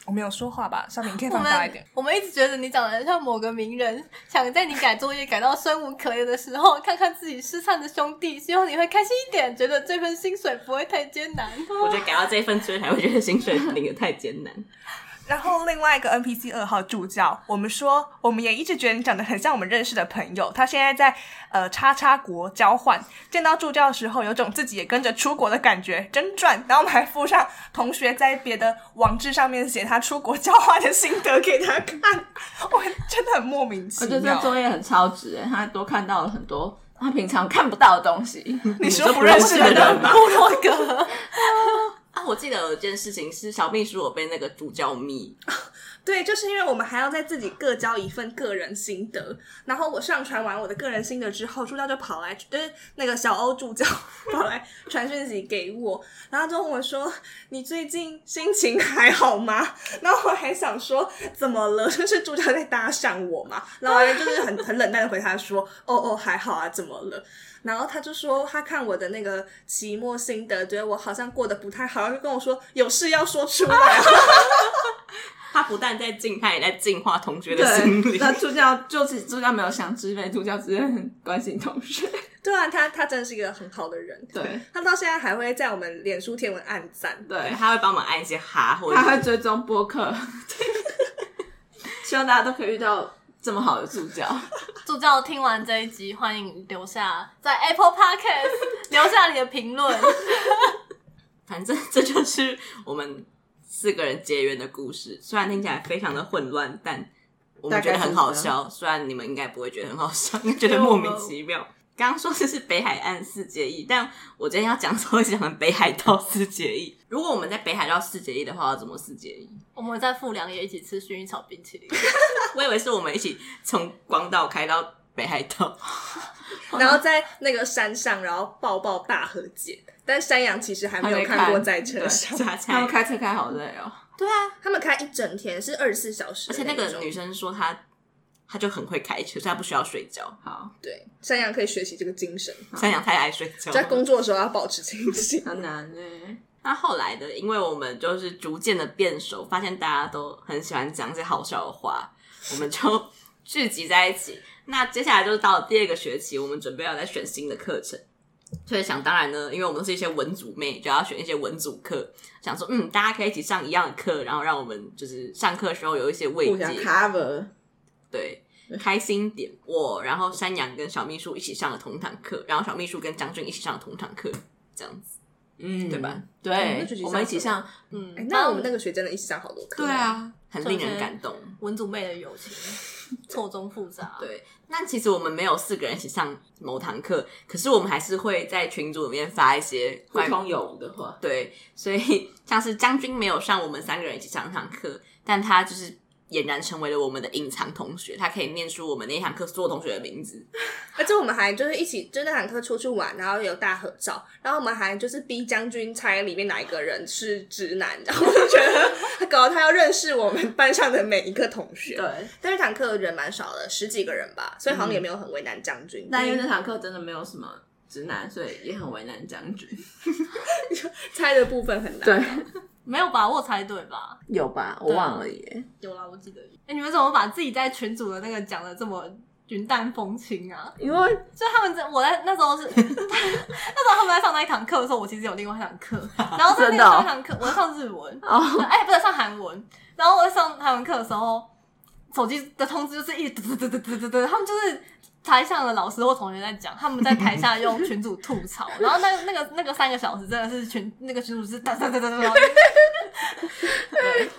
我没有说话吧？上面你可以
我
放大一
们
点。
我们一直觉得你长得像某个名人，想在你改作业改到生无可恋的时候，看看自己失散的兄弟，希望你会开心一点，觉得这份薪水不会太艰 难。
我觉得改到这一份作业才会觉得薪水领的太艰难。
然后另外一个 NPC 二号助教，我们说，我们也一直觉得你长得很像我们认识的朋友。他现在在呃叉叉国交换，见到助教的时候，有种自己也跟着出国的感觉，真赚。然后我们还附上同学在别的网志上面写他出国交换的心得给他看，我真的很莫名
我
其
觉得
妙
这。作业很超值欸，他多看到了很多他平常看不到的东西。
你说不认识的人吗？
布洛格。 啊，我记得有一件事情是小秘书我被那个主教密，
对，就是因为我们还要在自己各交一份个人心得，然后我上传完我的个人心得之后，助教就跑来，就是那个小欧助教 跑来传讯息给我，然后就问我说：“你最近心情还好吗？”然后我还想说怎么了， 就是助教在搭讪我嘛，然后我还就是很很冷淡的回他说：“哦哦，还好啊，怎么了？”然后他就说他看我的那个期末心得，觉得我好像过得不太好，就跟我说有事要说出来。
他不但在进，他也在净化同学的心
对，
灵。
那助教就是助教没有想支援，助教只是很关心同学。
对啊，他他真的是一个很好的人，
对
他到现在还会在我们脸书贴文按赞。
对，
他会帮忙按一些哈，或者
他会追踪播客， 希望大家都可以遇到这么好的助 教。
助教听完这一集，欢迎留下在 Apple Podcast 留下你的评论。
反正 这就是我们四个人结缘的故事。虽然听起来非常的混乱，但我们觉得很好笑。虽然你们应该不会觉得很好笑，应该觉得莫名其妙。 刚刚说这是北海岸四结义，但我今天要讲所以讲的北海道四结义。 如果我们在北海道四结义的话，要怎么四结义？
我们在富良野一起吃薰衣草冰淇淋，
我以为是我们一起从广岛开到北海道，
然后在那个山上，然后抱抱大和解。但山羊其实还没有
还没
看过
看
在车
对
上，
加起
他
来
们开车开好累哦，
对啊，
他们开一整天是二十四小时
而且
的
那
种，
个女生说她，她就很会开车，所以她不需要睡觉。
好，
对山羊可以学习这个精神，
三娘太爱睡
嗯
觉，
嗯 在工作的时候要保持清 醒。
很难呢、
欸
那后来的，因为我们就是逐渐的变熟，发现大家都很喜欢讲一些好笑的话，我们就聚集在一起。那接下来就是到了第二个学期，我们准备要来选新的课程，所以想当然呢，因为我们都是一些文组妹，就要选一些文组课，想说嗯，大家可以一起上一样的课，然后让我们就是上课的时候有一些慰
互
藉
相，cover，
对，开心点。我然后山羊跟小秘书一起上了同堂课，然后小秘书跟张俊一起上了同堂课，这样子
嗯，
对吧？？
对
那就，
我们一起上，
哎
嗯，
那我们那个学真的一起上好多课，
对，啊，很令人
首先
感动。
文组妹的友情错综复杂，，
对，那其实我们没有四个人一起上某堂课，可是我们还是会在群组里面发一些
互
关于
通有无的话，
对，所以 像是将军没有上我们三个人一起上那堂课，但他就是俨然成为了我们的隐藏同学，他可以念出我们那一堂课所有同学的名字。
而且我们还就是一起就那堂课出去玩，然后有大合照，然后我们还就是逼将军猜里面哪一个人是直男，然后我就觉得搞得他要认识我们班上的每一个同学。
对，
但是堂课人蛮少的，十几个人吧，所以好像也没有很为难将
嗯
军。
但因为那堂课真的没有什么直男，所以也很为难将军。
猜的部分很难。
对，
没有吧？我有猜对吧？
有吧？我
啊
忘了耶。
有啦，我记得。哎、你们怎么把自己在群组的那个讲的这么云淡风轻啊？
因为
就他们在我在那时候是， 那时候他们在上那一堂课的时候，我其实有另外一堂课，然后在那
真的哦
上一堂课，我在上日文，哎、不是上韩文，然后我在上韩文课的时候，手机的通知就是一直嘟嘟嘟嘟嘟嘟嘟，他们就是。台上的老师或同学在讲，他们在台下用群主吐槽，然后那那个那个三个小时真的是群那个群主是哒哒哒哒哒，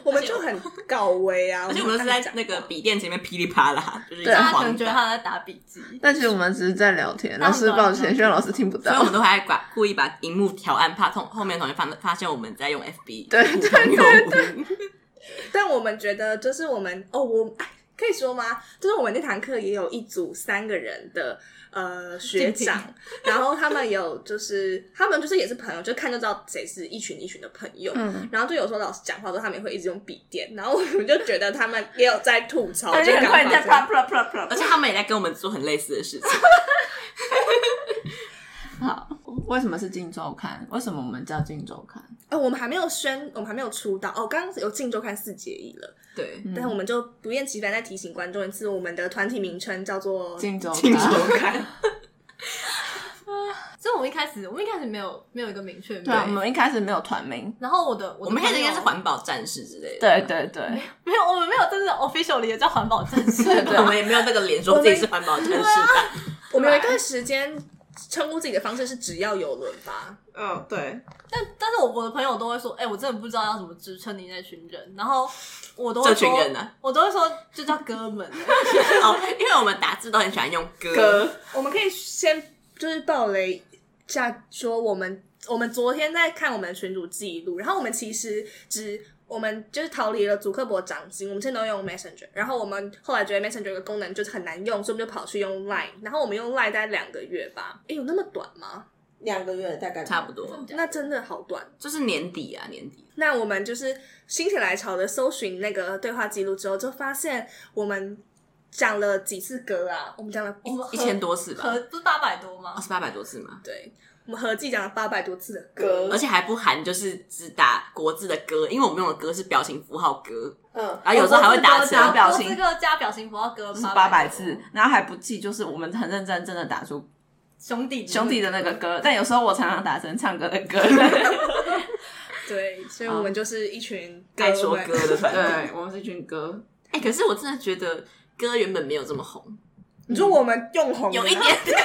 我们就很搞威啊，
而且我们都是在那个笔电前面噼里啪啦，就是一直
对
大家可
狂
能觉得
打。
他在打笔记，
但其实我们只是在聊天，
当然
老师抱
当然
歉，希望老师听不
所以我
到
们。都还把故意把荧幕调暗，怕同后面的同学发发现我们在用 FB
对
互通有无。
但我们觉得，就是我们哦，我哎可以说吗？就是我们那堂课也有一组三个人的呃学长， 然后他们有就是他们就是也是朋友，就看就知道谁是一群一群的朋友。
嗯，
然后就有时候老师讲话的时候，他们也会一直用笔电，然后我们就觉得他们也有在吐槽，就
很
刚
快，你在
发生
啪啪啪啪。
而且他们也在跟我们做很类似的事情。
好，为什么是《金周刊》？为什么我们叫《金周刊
哦，我们还没有宣，我们还没有出道哦，刚刚有进周刊四结义了，
对，
嗯
但是我们就不厌其烦再提醒观众一次，我们的团体名称叫做》？
金周
镜
刊
头。看。
所以我们一开始我们一开始没有没有一个明确名，
对啊，我们一开始没有团名。
然后我的我
我
的
们开始
朋
应
友
该是环保战士之类的。
对啊对 对，
没有，我们没有真的 official 的叫环保战 士，
我们也没有那个脸说自己是环保战士吧。
我们有一段时间称呼自己的方式是只要有轮吧，
嗯，对，
但但是我我的朋友都会说，哎、我真的不知道要怎么支撑你那群人，然后我都会
这
说
群人呢、
我都会说就叫哥 们，
哦，因为我们打字都很喜欢用歌，
我们可以先就是暴雷一下，说我们我们昨天在看我们的群主记录，然后我们其实只我们就是逃离了祖克伯掌心，我们现在都用 Messenger，然后我们后来觉得 Messenger 的功能就是很难用，所以我们就跑去用 Line，然后我们用 Line 大概两个月吧，哎，有那么短吗？
两个月大概
差不多
那真的好短。
就是年底啊，年底。
那我们就是心血来潮的搜寻那个对话记录之后，就发现我们讲了几次歌啊，我们讲了
我们合
一千多次吧，
合不是八百多
哦
吗？
是八百多次嘛，
对，我们合计讲了八百多次的歌。
歌
而且还不含就是只打国字的歌，因为我们用的歌是表情符号歌，
嗯，
啊
然后有时候还会打成
哦表情
这个加表情符号哥
是八百
百
字，然后还不记，就是我们很认真真的打出
兄弟
兄弟的那个 歌，但有时候我常常打成唱歌的歌。
对，所以我们就是一群
爱说
们
歌的团体。
对，我们是一群歌，
哎、可是我真的觉得歌原本没有这么红，
你说我们用红
有
的
一点， 有一点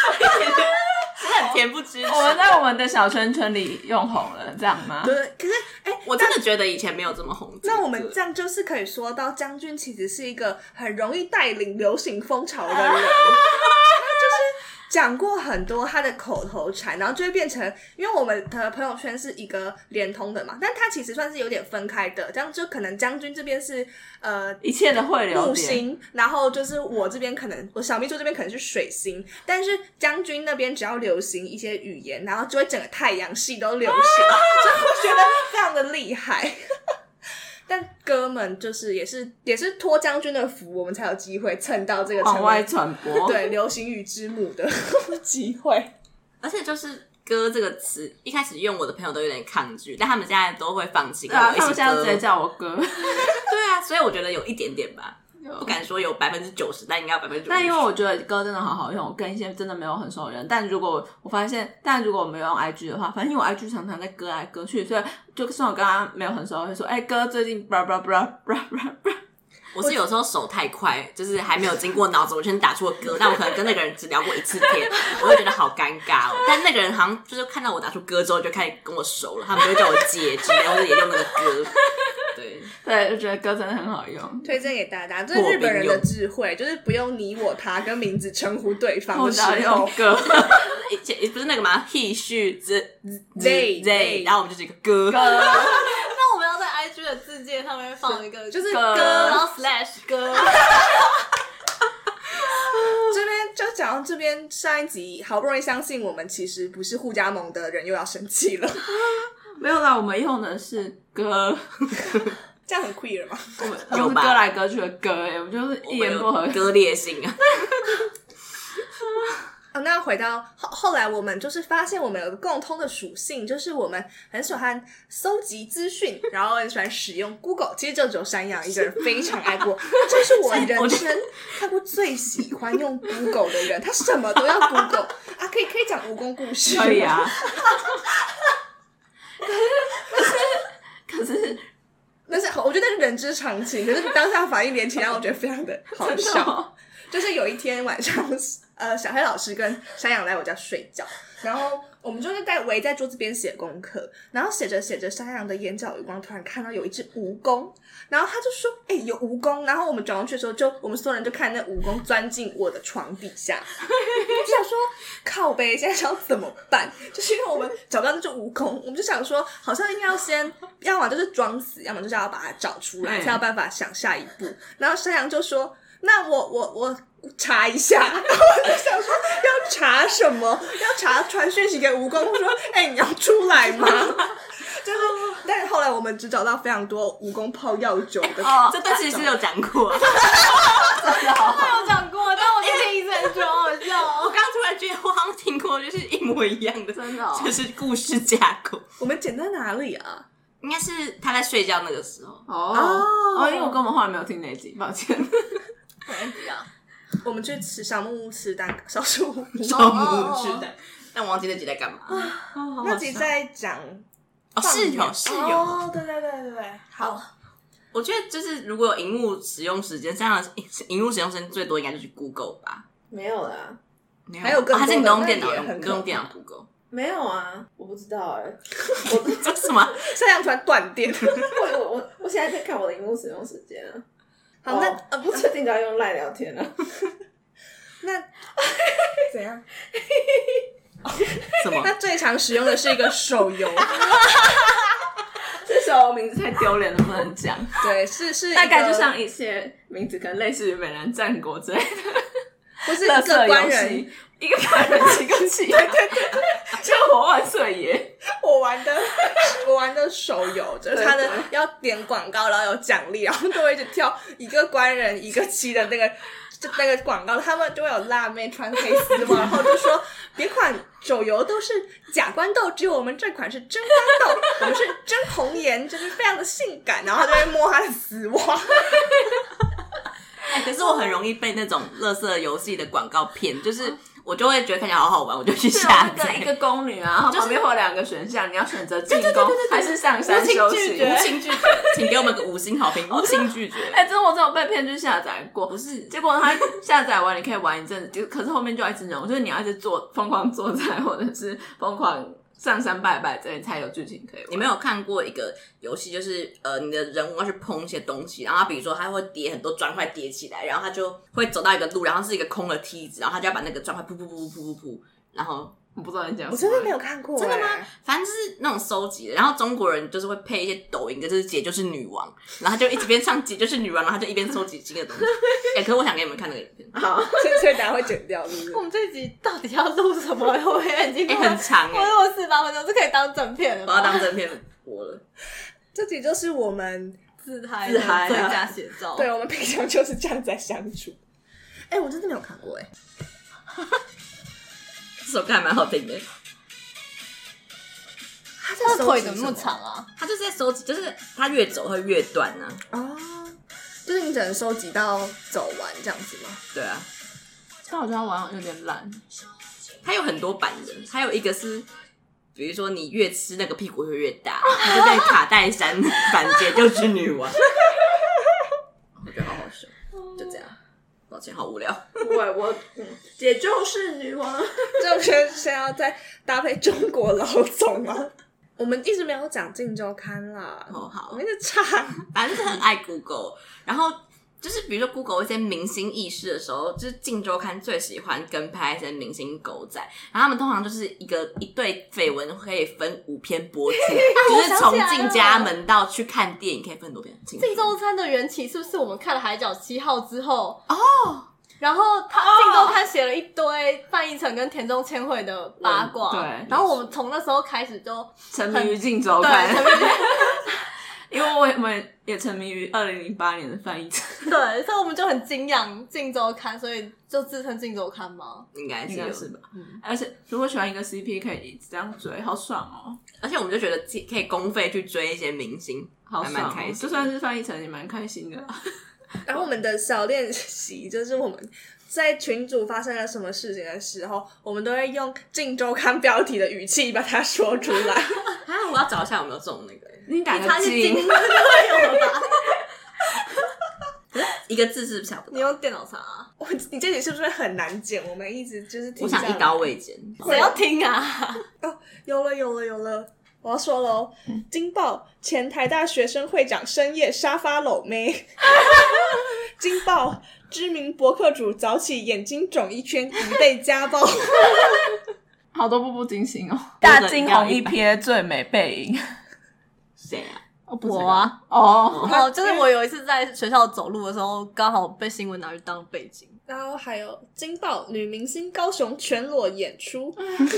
真的很恬不知耻。
我们在我们的小圈圈里用红了，这样吗？
对，可是哎、
我真的觉得以前没有这么红。
那我们
这
这样就是可以说到将军其实是一个很容易带领流行风潮的人，他就是讲过很多他的口头禅，然后就会变成，因为我们的朋友圈是一个连通的嘛，但它其实算是有点分开的，这样就可能将军这边是呃
一切的汇流
木
点，
星，然后就是我这边可能我小秘书这边可能是水星，但是将军那边只要流行一些语言，然后就会整个太阳系都流行， 所以我觉得非常的厉害。 但哥们就是也是也是托将军的福，我们才有机会蹭到这个成
往外
为
传播。
对流行语之母的 机会。
而且就是“哥”这个词，一开始用我的朋友都有点抗拒，但他们现在都会放弃
对
跟
啊，
我一
他
起
们现在直接
割。
叫我哥。
对啊，所以我觉得有一点点吧，不敢说有百分之九十，但应该有百分之。
但因为我觉得歌真的好好用，我跟一些真的没有很熟的人。但如果我发现，但如果我没有用 IG 的话，反正因为我 IG 常常在歌来歌去，所以就算我跟他没有很熟，我会说：“哎、哥，最近 blah blah blah blah blah blah。
我是有时候手太快，就是还没有经过脑子，我先打出了歌，但我可能跟那个人只聊过一次天，我会觉得好尴尬哦。但那个人好像就是看到我打出歌之后，就开始跟我熟了，他们就会叫我姐之类，或者也用那个歌。对，”
对，就觉得歌真的很好用。
推荐给大家，这是日本人的智慧，就是不用你我他跟名字称呼对方
我
的
只
时
要
候
用，歌，
以前不是那个嘛，he she z
They-
they，然后我们就是一个歌。
那我们要在 IG 的字界上面放一个，
就是
歌，
哥
然后 slash 歌，
这边就讲到这边，上一集好不容易相信我们其实不是互加盟的人又要生气 了，
没有啦，我们用的是歌，
这样很 queer 吗？
我们
有
用
吧
歌来歌去的歌、哎，我们就是一言不合
我有割裂性啊！
哦，那回到后后来，我们就是发现我们有个共通的属性，就是我们很喜欢搜集资讯，然后很喜欢使用 Google。其实就只有山羊一个人非常爱 过，这是我人生看过最喜欢用 Google 的人，他什么都要 Google 啊，可以可以讲蜈蚣故事，
可以啊。可是，可是，
但是我觉得那是人之常情，可是当下反应连起来，我觉得非常的哦好
可是，
笑。就是有一天晚上， 呃，小黑老师跟山羊来我家睡觉，然后我们就是在围在桌子边写功课，然后写着写着，山羊的眼角余光突然看到有一只蜈蚣，然后他就说：“哎、有蜈蚣。”然后我们转过去的时候就，我们所有人就看那蜈蚣钻进我的床底下，我就想说靠背现在是要怎么办？就是因为我们找不到那只蜈蚣，我们就想说好像应该要先，要么就是装死，要么就是要把它找出来，
嗯
才有办法想下一步。然后山羊就说：“那我我我。”查一下， 然后我就想说要查什么？要查传讯息给蜈蚣，我说：“哎、你要出来吗？” 就是，但是后来我们只找到非常多蜈蚣泡药酒的
哦，这段其实有讲过。啊
我有讲过，但我那天一直很觉得好笑哦。
我刚刚突然觉得我好像听过，就是一模一样的，
真的哦
就是故事架构。
我们剪在哪里啊？
应该是他在睡觉那个时候，
哦哦，因为我根本后来没有听那一集，抱歉。
我们去吃小木屋吃蛋糕，小树屋。
装母吃的。但我忘记那集在干嘛。
哦
那集在讲
哦，室友，室友。
哦，对对对对对，
哦
好，
我觉得就是如果有荧幕使用时间，这样的荧幕使用时间最多应该就是 Google 吧。
没有啦，
没
还有更多的
哦还是你都用电脑
那也
用，
很可怕
都用电脑 Google。
没有啊，我不知道哎、
这是什么？
山羊突然断 电。
哦
我我我我现在在看我的荧幕使用时间啊。
好，那
呃
哦我最近都要用赖聊天
啊
了、
那怎样？
什么？
那最常使用的是一个手游，
这时候名字太丢脸了，不能讲。
对，是是一个，
大概就像一些名字，可能类似于美兰战国之类的
不是
垃
一个
圾
官
游
人，
戏，一个官人几个 气，对对对，就我万岁爷。
我玩的 我玩的手游，就是他的
对
要点广告，然后有奖励，然后都会一直跳一个官人一个七的那个。 就那个广告，他们就会有辣妹穿黑丝袜，然后就说别款手游都是假官豆，只有我们这款是真官豆，我们是真红颜，就是非常的性感。然后他就会摸他的丝袜，
哎可是我很容易被那种垃圾游戏的广告骗，就是我就会觉得看起来好好玩，哦啊我就去下
那个
载
一。个宫女啊，然后旁边会有两个选项，你要选择进宫还是上山
无情
修
拒
行。
绝，无情拒绝， 请给我们个五星 好评。无情拒绝，
哎、真的我真有被骗去下载过，不是？结果他下载完，你可以玩一阵子，就可是后面就要一直弄，就是你要一直做疯狂做菜，或者是疯狂上山拜拜这里才有剧情可以玩。
你没有看过一个游戏，就是呃，你的人物要去碰一些东西，然后他比如说他会叠很多砖块叠起来，然后他就会走到一个路，然后是一个空的梯子，然后他就要把那个砖块噗噗噗噗噗噗噗，然后
我不知道你讲什么，
我真的没有看 过、欸，
真的吗？反正就是那种收集的。然后中国人就是会配一些抖音的，就是姐就是女王，然后他就一直边唱姐就是女王，然后他就一边收集新的东西。哎、可是我想给你们看那个影片，
好，
所以所以大家会剪掉，是 不 是？
我们这一集到底要录什么？我已经
哎、
录
很
了，
长哎、
我录了四十八分钟，这可以当整片了
我要
吧？
当正片播了。
这集就是我们，
自 嗨
自嗨啊
最佳写照。
对，我们平常就是这样在相处。
哦哎、我真的没有看过哎、
这首歌还蛮好听的，
他
他
在
的
收
腿
集
怎么
什
那么长 啊？
他就是在收集，就是他越走会越短呢、啊。
哦，
就是你只能收集到走完这样子吗？
对啊，
但我觉得他玩有点懒，
它有很多版的，还有一个是，比如说你越吃那个屁股会越大， 它就在卡戴珊版姐就是女王， 我觉得好好笑，就这样。抱歉，好无聊。
我我嗯，姐就是女王，
这我觉得现在要再搭配中国老总吗？ 我们一直没有讲《镜周刊》啦，
哦，
我
好
们，一直差。
反正很爱 Google，然后。就是比如说 Google 一些明星意识的时候，就是《镜周刊》最喜欢跟拍一些明星狗仔，然后他们通常就是一个一对绯闻可以分五篇播出，就是从进家门到去看电影可以分很多篇。
晋州餐的缘起是不是我们看了《海角七号》之后哦？然后他晋州餐写了一堆范逸臣跟田中千惠的八
嗯
卦，
对
然后我们从那时候开始就呃
沉迷于镜周
对
刊
沉，迷
因为我也我们也沉迷于二零零八年的翻译者，
对，所以我们就很敬仰晋州刊，所以就自称晋州刊嘛。
应该是
应
有
该是吧？而且如果喜欢一个 CP，可以一直这样追，好爽哦，
而且我们就觉得自己可以公费去追一些明星，
好
还
爽
蛮
哦，
开心的。
就算是翻译成也蛮开心的。
然后我们的小练习就是我们在群组发生了什么事情的时候，我们都会用《镜周刊》标题的语气把它说出来。
啊，我要找一下有没有中那个
你打
他
个
是
金
金，会有吧？
一个字是想不
你
到，
用电脑查、啊，
我你这里是不是很难剪？我们一直就是停
我
下
想
来
一刀未剪。
谁要听啊？
有了有了有了，我要说喽！惊爆前台大学生会长深夜沙发搂妹， 惊爆知名博客主早起眼睛肿一圈，疑被家 暴。
好多步步惊心哦。
大惊鸿一
瞥，最美背影。
谁啊？
我啊，
哦，
哦，就是我有一次在学校走路的时候，刚好被新闻拿去当背景。
然后还有惊爆女明星高雄全裸演出，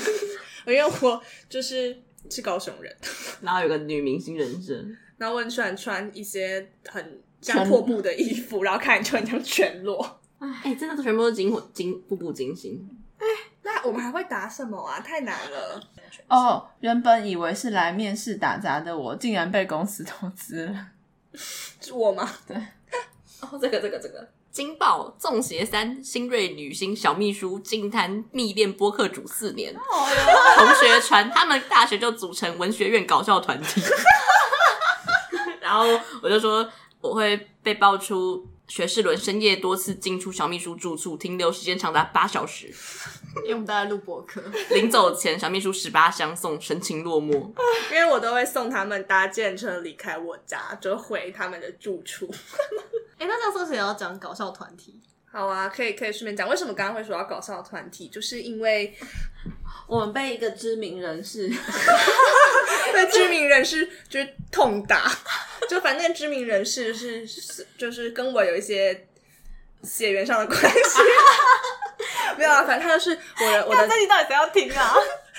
因为我就是是高雄人，
然后有个女明星人生，
然后我很喜欢穿一些很像破布的衣服，然后看起来就很像全裸。
哎、真的全部都是惊魂惊步步惊心。
那我们还会打什么啊？太难了。
哦，原本以为是来面试打杂的我，竟然被公司投资了。
是我吗？
哦，这个这个这个。惊爆纵邪三新锐女星小秘书惊叹密恋播客主四年，同学传他们大学就组成文学院搞笑团体，然后我就说我会被爆出学士伦深夜多次进出小秘书住处，停留时间长达八小时，
因为我们都在录博客，
临走前小秘书十八相送，神情落寞。
因为我都会送他们搭建车离开我家，就回他们的住处。
哎、那那时候谁要讲搞笑团体？
好啊，可以可以顺便讲，为什么刚刚会说到搞笑团体，就是因为
我们被一个知名人 士，
被知名人士就是痛打， 就反正知名人士是是就是跟我有一些血缘上的关系。 没有啊，反正他就是我的我的
这集到底谁要听啊？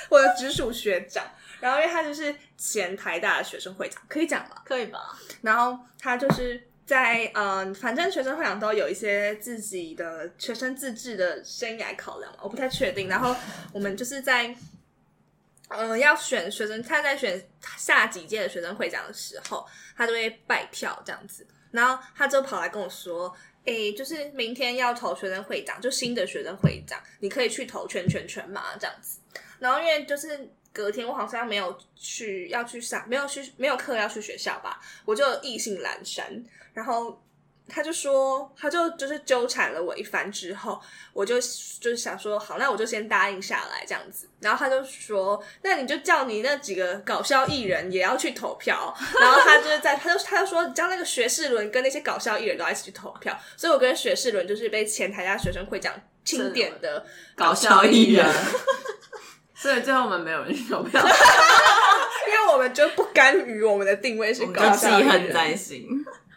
我的直属学长，然后因为他就是前台大的学生会长，可以讲吧？
可以吧？
然后他就是在嗯、呃，反正学生会长都有一些自己的学生自治的生涯考量嘛，我不太确定。然后我们就是在嗯、呃要选学生，他在选下几届的学生会长的时候，他就会拜票这样子。然后他就跑来跟我说。诶，就是明天要投学生会长，就新的学生会长，你可以去投圈圈圈嘛，这样子。然后因为就是隔天我好像没有去要去上，没有去没有课要去学校吧，我就意兴阑珊，然后他就说，他就就是纠缠了我一番之后，我就就是想说，好，那我就先答应下来这样子。然后他就说，那你就叫你那几个搞笑艺人也要去投票。然后他就是在，他就他就说，叫那个学士伦跟那些搞笑艺人都要一起去投票。所以我跟学士伦就是被前台大学生会长钦点的
搞笑艺人，
所以最后我们没有人去投 票，
因为我们就不甘于我们的定位是
我们
搞
就记
笑艺
恨
人，
在心。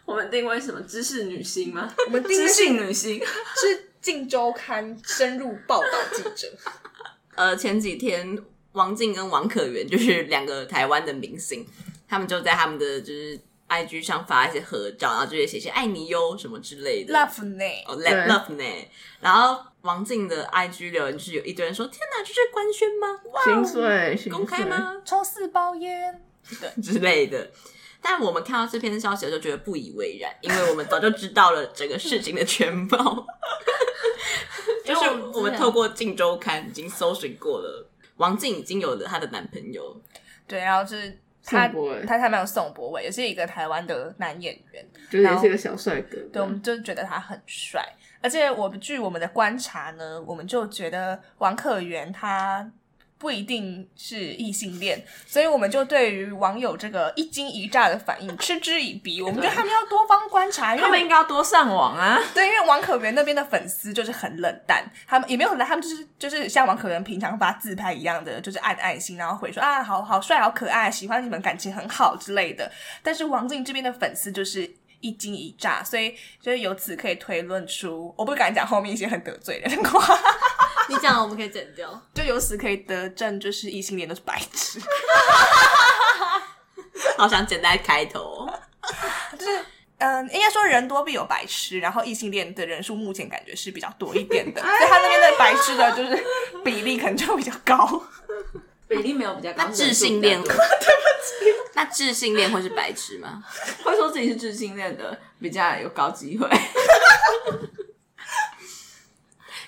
我们定位什么知识女星吗？
我们定位
知
是
性女星，
是《镜周刊》深入报道记者。
呃，前几天王静跟王可媛就是两个台湾的明星，他们就在他们的就是 IG 上发一些合照，然后就也写些爱你哟什么之类的。
Love 内
哦，love love 呢？然后王静的 IG 留言就是有一堆人说：“天哪，这是官宣吗？哇
心
哦，
碎，心碎
公开？吗？
抽四包烟，
之类的。但我们看到这篇消息的时候，觉得不以为然，因为我们早就知道了整个事情的全貌。 就是我们啊透过《镜周刊》已经搜寻过了，王静已经有了她的男朋友，
对，然后就是他
宋博伟
他他没有宋博伟，也是一个台湾的男演员，
就是
然
也
后
是一个小帅哥，
对，我们就觉得他很帅。而且我们据我们的观察呢，我们就觉得王可媛他不一定是异性恋，所以我们就对于网友这个一惊一乍的反应嗤之以鼻。我们觉得他们要多方观察，因为
他们应该要多上网啊。
对，因为王可媛那边的粉丝就是很冷淡，他们也没有很冷淡，他们就是就是像王可媛平常发自拍一样的，就是按爱心，然后回说啊，好好帅，好可爱，喜欢你们，感情很好之类的。但是王静这边的粉丝就是。一惊一乍，所以就是由此可以推论出，我不敢讲后面一些很得罪人的话，
你讲了我们可以剪掉。
就由此可以得证，就是异性恋都是白痴。
好想简单开头。哦
嗯，应该说人多必有白痴，然后异性恋的人数目前感觉是比较多一点 的，所以他那边的白痴的就是比例可能就比较高。
比例没有比较高，
那智性恋，对不起， 那智性恋会是白痴吗？
会说自己是智性恋的比较有高机 会，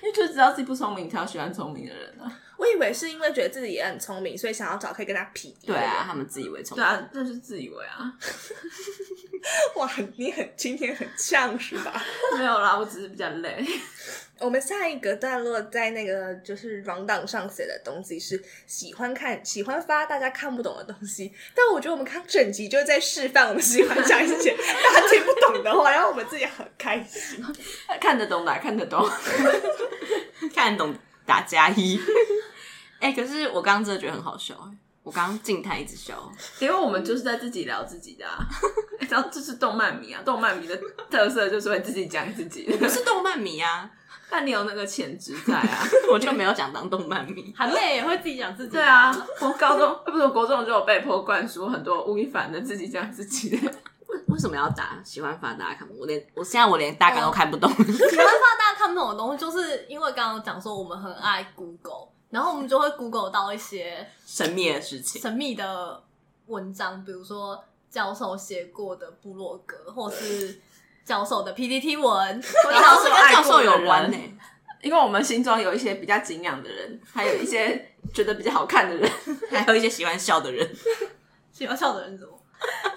因为就知道自己不聪明，才要喜欢聪明的人啊。
我以为是因为觉得自己也很聪明，所以想要找可以跟他匹敌。
对啊，，他们自以为聪
对
明。
啊，那是自以为啊，
哇，你很今天很呛是吧？
没有啦，我只是比较累。
我们下一个段落在那个就是软档上写的东西是喜欢看、喜欢发大家看不懂的东西，但我觉得我们刚整集就是在示范我们喜欢讲一些 大家听不懂的话，然后我们自己很开心。
看得懂的看得 懂，
看懂打加一。 哎、可是我刚刚真的觉得很好笑、哎，我刚刚静态一直笑。
因为我们就是在自己聊自己的啊。 然后这是动漫迷啊，动漫迷的特色就是会自己讲自己
我
的。
是动漫迷啊，
但你有那个潜质在啊。
我就没有想当动漫迷。
韩妹也会自己讲自己。
对啊，，我高中呃不是我国中就有被迫灌输很多吴亦凡的自己讲 自己的。
为什么要打喜欢发大家看不懂？我连我现在我连大纲都看不 懂。
喜欢怕大家看不懂的东西，就是因为刚刚讲说我们很爱 Google，然后我们就会 Google 到一些
神秘的事情，
神秘的文章，比如说教授写过的部落格，或是教授的 PPT 文， 或
然
者
后是
是
跟教授有关呢、欸
因为我们心中有一些比较敬仰的人，还有一些觉得比较好看的人，
还有一些喜欢笑的人。
喜欢笑的人怎么？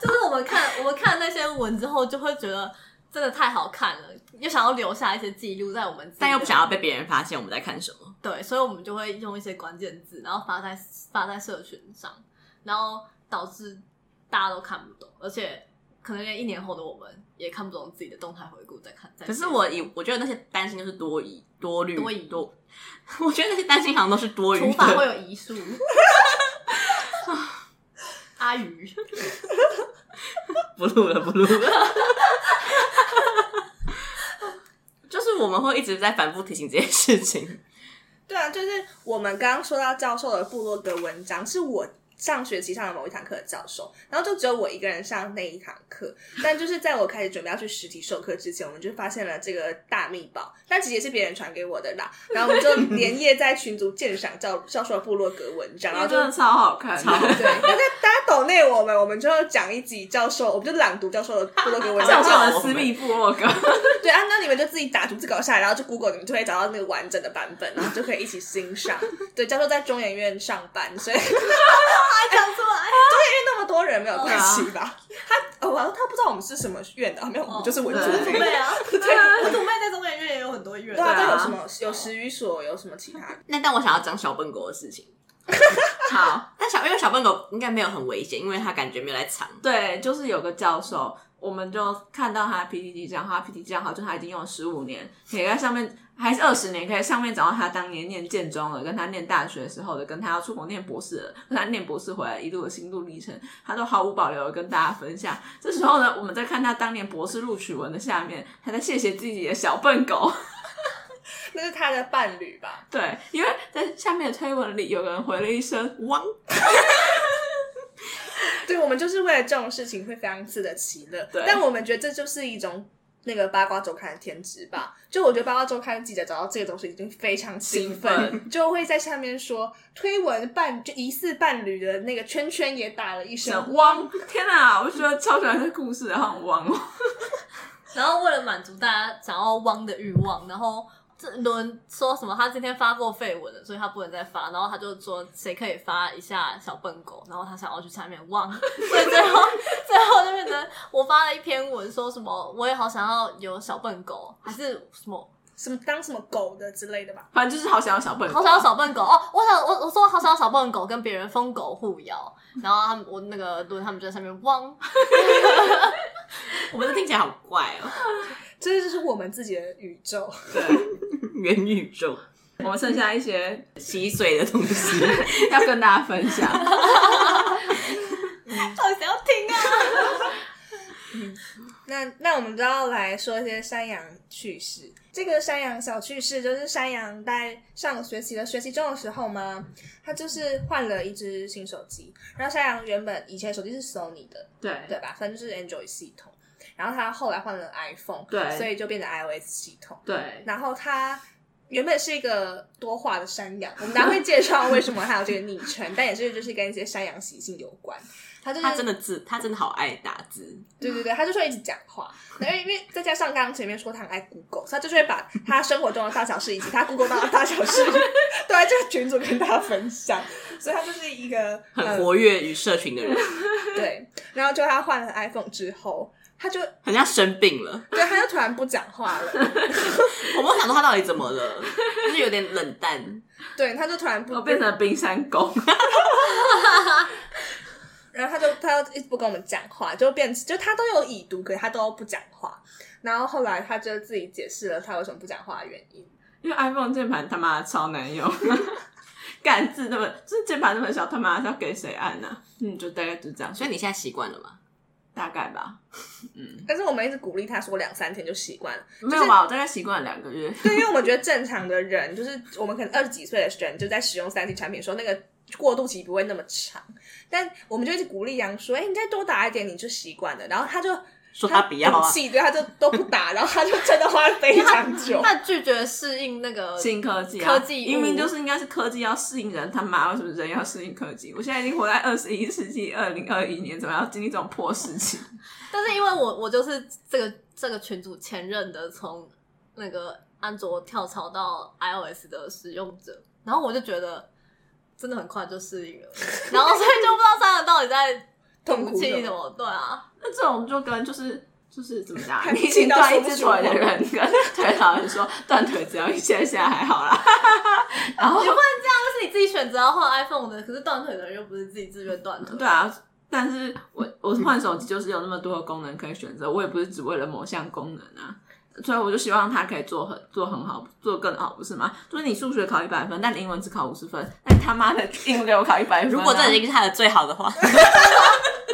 就是我们看我们看那些文之后，就会觉得真的太好看了，又想要留下一些记录在我们自己的，
但又不想要被别人发现我们在看什么。
对，所以我们就会用一些关键字，然后发在发在社群上，然后导致大家都看不懂，而且可能连一年后的我们也看不懂自己的动态回顾在看。在
可是我以我觉得那些担心就是多疑、多虑、
多疑
多。我觉得那些担心好像都是多余
除法会
的。
有遗 书。阿鱼，
不录了，不录了。 就是我们会一直在反复提醒这件事情。
对啊，就是我们刚刚说到教授的部落格文章，是我上学期上的某一堂课的教授，然后就只有我一个人上那一堂 课。但就是在我开始准备要去实体授课之前，我们就发现了这个 大密宝，但其实也是别人传给我的啦。然后我们就连夜在群组鉴赏教教授的部落格文 章，然后
真
就
的超好看的。
对，那在大家抖内我们，我们就讲一集教授，我们就朗读教授的部落格 文
教
章。
授的私密部落格，
对啊，那你们就自己打逐字稿下来，然后就 Google，你们就可以找到那个完整的版本，然后就可以一起欣赏。 对，教授在中研院 哦 上班，所以中研院那么多人没有关系吧？他哦，我他不知道我们是什么院的，啊没有，我们就是文组
文组
院。
妹啊，对啊，文组妹在中研院也有很多院
对啊，
对
这
啊
有什么有食语所，有什么其他？
那但我想要讲小笨狗的事情。好，但小因为小笨狗应该没有很危险，因为它感觉没有在藏。
对，就是有个教授，我们就看到他的 PPT 账号他，PPT 账号就他已经用了十五年，可以在上面还是二十年，可以在上面找到他当年念建中的，跟他念大学的时候的，跟他要出国念博士的，跟他念博士回来一路的心路历程，他都毫无保留的跟大家分享。这时候呢，我们在看他当年博士录取文的下面，他在谢谢自己的小笨狗。
那是他的伴侣吧？
对，因为在下面的推文里，有人回了一声“ 汪
对，我们就是为了这种事情会非常自得其乐。
对
但我们觉得这就是一种那个八卦周刊的天职吧。就我觉得八卦周刊记者找到这个东西已经非常兴
兴
奋，就会在下面说推文伴就疑似伴侣的那个圈圈也打了一声
声
汪。
汪”，天哪！我觉得超喜欢这故事，然后很汪哦。
然后为了满足大家想要汪的欲望，然后这轮说什么他今天发过绯闻了，所以他不能再发，然后他就说谁可以发一下小笨狗，然后他想要去下面汪， 所以最后最后就变成我发了一篇文说什么我也好想要有小笨狗，还是什么
什么当什么狗的之类的吧。
反正就是好想要小笨狗，
好想要小笨狗哦！我想我我说好想要小笨狗跟别人疯狗互咬，然后他们我那个论他们就在上面汪，
我们这听起来好怪 哦，
这就是我们自己的宇宙。
元宇宙
我们剩下一些
洗水的东西。
要跟大家分享。
到底谁要听 啊？
那那我们就要来说一些山羊趣事。这个山羊小趣事就是山羊在上个学期的学期中的时候嘛，他就是换了一只新手机。然后山羊原本以前手机是 Sony 的，
对
对吧？反正就是 Android 系统。然后他后来换了 iPhone，
对
所以就变成 iOS 系统。
对，
然后他原本是一个多话的山羊，我们等一下会介绍为什么他有这个昵称，但也是就是跟一些山羊习性有关。他就是
嗯
他真的字，他真的好爱打字。
对对对，他就是会一直讲 话，因为因为再加上刚刚前面说他很爱 Google，所以他就是会把他生活中的大小事以及他 Google 到的大小 事都在这个群组跟大家分享，所以他就是一个
很
嗯
呃
活跃与社群的人，
对。然后就他换了 iPhone 之后，他就
很像生病了。
对他就突然不讲话 了，
我们想说他到底怎么了，就是有点冷淡。
对，他就突然不
我哦变成了冰山狗。
然后他就他就一直不跟我们讲话，就变就他都有已读，可是他都不讲话。然后后来他就自己解释了他为什么不讲话的原因。
因为 iPhone 键盘他妈的超难用， 干字那么，就是键盘那么小，他妈的要给谁按呢、嗯，就大概就这样，
所以你现在习惯了吗？
大概吧，嗯
但是我们一直鼓励他说两三天就习惯了，
没有吧？我大概习惯了两个月。
对，因为我们觉得正常的人，就是我们可能二十几岁的人，就在使用三 C 产品的时候，那个过渡期不会那么长。但我们就一直鼓励杨说：“哎、你再多打一点，你就习惯了。”然后他就
说他不要啊
赌气，对，他就都不打，然后他就真的花了非常久。
他拒绝适应那个
新科技、啊，
呃科技物
明明就是应该是科技要适应人，他妈为什么人要适应科技？我现在已经活在二十一世纪二零二一年，怎么要经历这种破事情？
但是因为我我就是这个这个群组前任的从那个安卓跳槽到 iOS 的使用者，然后我就觉得真的很快就适应了，然后所以就不知道三人到底在
痛苦
气
什
什
么
么。对啊，
那这种就跟就是就是怎么讲啊，
看
你
不
已
清
经
到
断一
说不
只
出
腿的人跟腿老人说断腿只要一下下还好啦，然后
但是你自己选择要换 iPhone 的，可是断腿的人又不是自己自愿断腿。
对啊，但是我我换手机就是有那么多的功能可以选择，我也不是只为了某项功能啊。所以我就希望它可以做很做很好，做更好，不是吗？就是你数学考一百分，但你英文只考五十分，那你他妈的英文给我考一百分啊、
如果这已经是他的最好的话，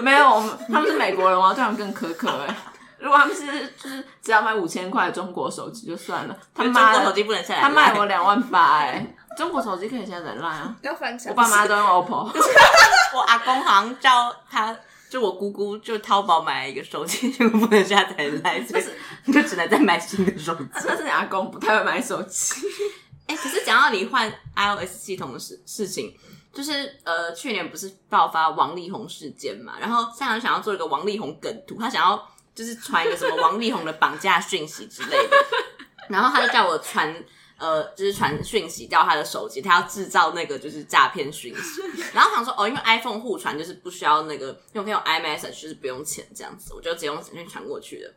没有，我们他们是美国人，我要对他们更苛刻哎、如果他们是就是只要买五千块的中国手机就算了，他
中
妈
国手
的
机不能下来。
他卖我两万八哎、中国手机可以现在人 烂啊！
要翻墙，
我爸妈都用 OPPO，
我阿公好像叫他，就我姑姑就淘宝买了一个手机， 结果不能下载来，所以就只能再买新的手机。
这是你阿公不太会买手机。
哎、可是讲到你换 iOS 系统的事事情，就是呃，去年不是爆发王力宏事件嘛，然后向阳想要做一个王力宏梗图，他想要就是传一个什么王力宏的绑架讯息之类的，然后他就叫我传呃，就是传讯息到他的手机，他要制造那个就是诈骗讯息。然后想说，哦，因为 iPhone 互传就是不需要那个，因为我可以用 iMessage 就是不用钱这样子，我就直接用简讯传过去的。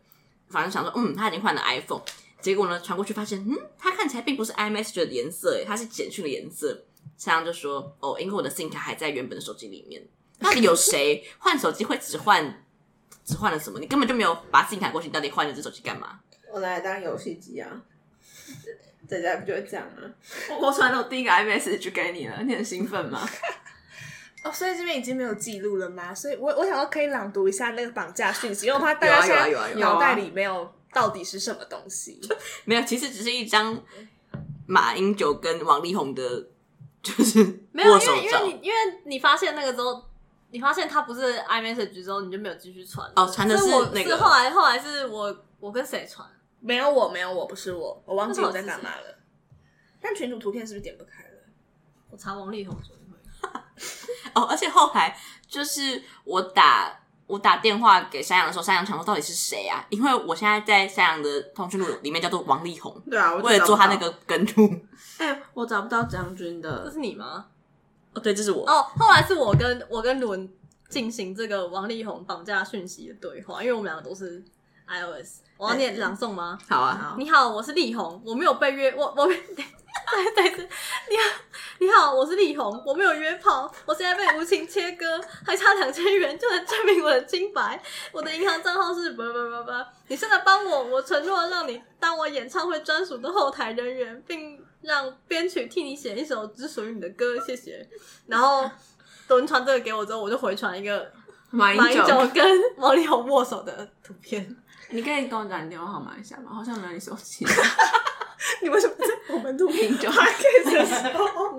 反正想说，嗯，他已经换了 iPhone，结果呢传过去发现，嗯，他看起来并不是 iMessage 的颜色，欸诶，它是简讯的颜色。山羊就说，哦，因为我的 SIM 卡还在原本的手机里面。到底有谁换手机会只换只换了什么？你根本就没有把 SIM 卡过去，你到底换了这手机干嘛？
我拿来当游戏机啊，大家不就会这样吗？
我我传了我第一个 iMessage 给你了，你很兴奋吗？
哦，所以这边已经没有记录了吗？所以我我想要可以朗读一下那个绑架讯息，因为我怕大家现
有啊
在
有啊有啊有啊
脑袋里没有到底是什么东西。
没有，其实只是一张马英九跟王力宏的，就是
没有，
握
因
手
为因为
照。
你因为你发现那个之后，你发现他不是 iMessage 之后，你就没有继续传了
哦传的是
我
那个
是后来后来是我我跟谁传？
没有我，没有我，不是我，我忘记
那是我
我在
自己
干嘛了。但群主图片是不是点不开了？
我查王力宏昨天回。
哦，而且后来就是我打我打电话给山羊的时候，山羊想说到底是谁啊？因为我现在在山羊的通讯录里面叫做王力宏，
对啊，我就
为了做他那
找不到，
个跟录。
哎、我找不到将军
这
的，
是你吗？
哦，对，这是我。
哦，后来是我跟我跟伦进行这个王力宏绑架讯息的对话，因为我们两个都是 iOS。我要念朗诵吗？
好啊，
你好，我是力宏，我没有被 约，我我没。对对对，你好，你好，我是力宏，我没有约炮，我现在被无情切割，还差两千元就能证明我的清白。我的银行账号是叭 叭叭叭，你现在帮我，我承诺让你当我演唱会专属的后台人员，并让编曲替你写一首只属于你的歌，谢谢。然后轮传这个给我之后，我就回传一个
马
马
英
英
九，
九跟王力宏握手的图片。
你可以跟我讲你电话号码一下吗？好像没有你手 机。
你为什么在我们录
英九
podcast 的时候？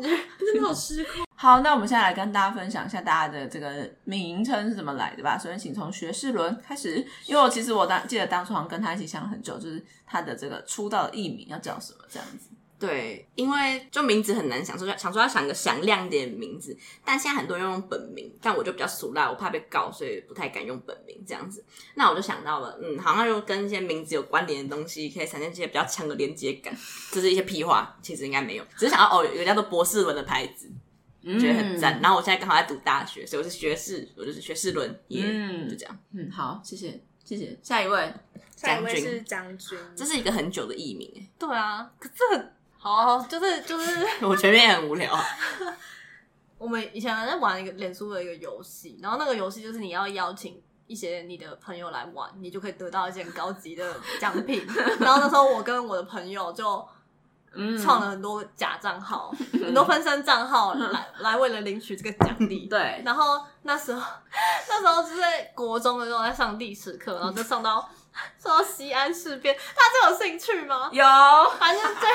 好，那我们现在来跟大家分享一下大家的这个名称是怎么来的吧。首先，请从学士伦开始，因为我其实我当记得当初好像跟他一起想了很久，就是他的这个出道的艺名要叫什么这样子。
对，因为就名字很难想，所以想说要想个响亮点的名字。但现在很多人用本名，但我就比较俗辣，我怕被告，所以不太敢用本名这样子。那我就想到了，嗯，好像又跟一些名字有关联的东西，可以产生一些比较强的连接感。这是一些屁话，其实应该没有，只是想到哦，有一个叫做博士伦的牌子，
嗯
觉得很赞。然后我现在刚好在读大学，所以我是学士，我就是学士伦，耶、
嗯
就这样。
嗯，好，谢谢，谢谢。下一位，
下一位
将军
是将军，
这是一个很久的艺名、
对啊，可这很好啊，好就是就是
哎，我前面也很无聊啊。
我们以前在玩一个脸书的一个游戏，然后那个游戏就是你要邀请一些你的朋友来玩，你就可以得到一些很高级的奖 品。然后那时候我跟我的朋友就
嗯
创了很多假账号，
嗯
很多分身账号来来为了领取这个奖励。
对，
然后那时候 那时候是在国中的时候在上历史课，然后就上到上到西安事变，大家有兴趣吗？
有
反正对，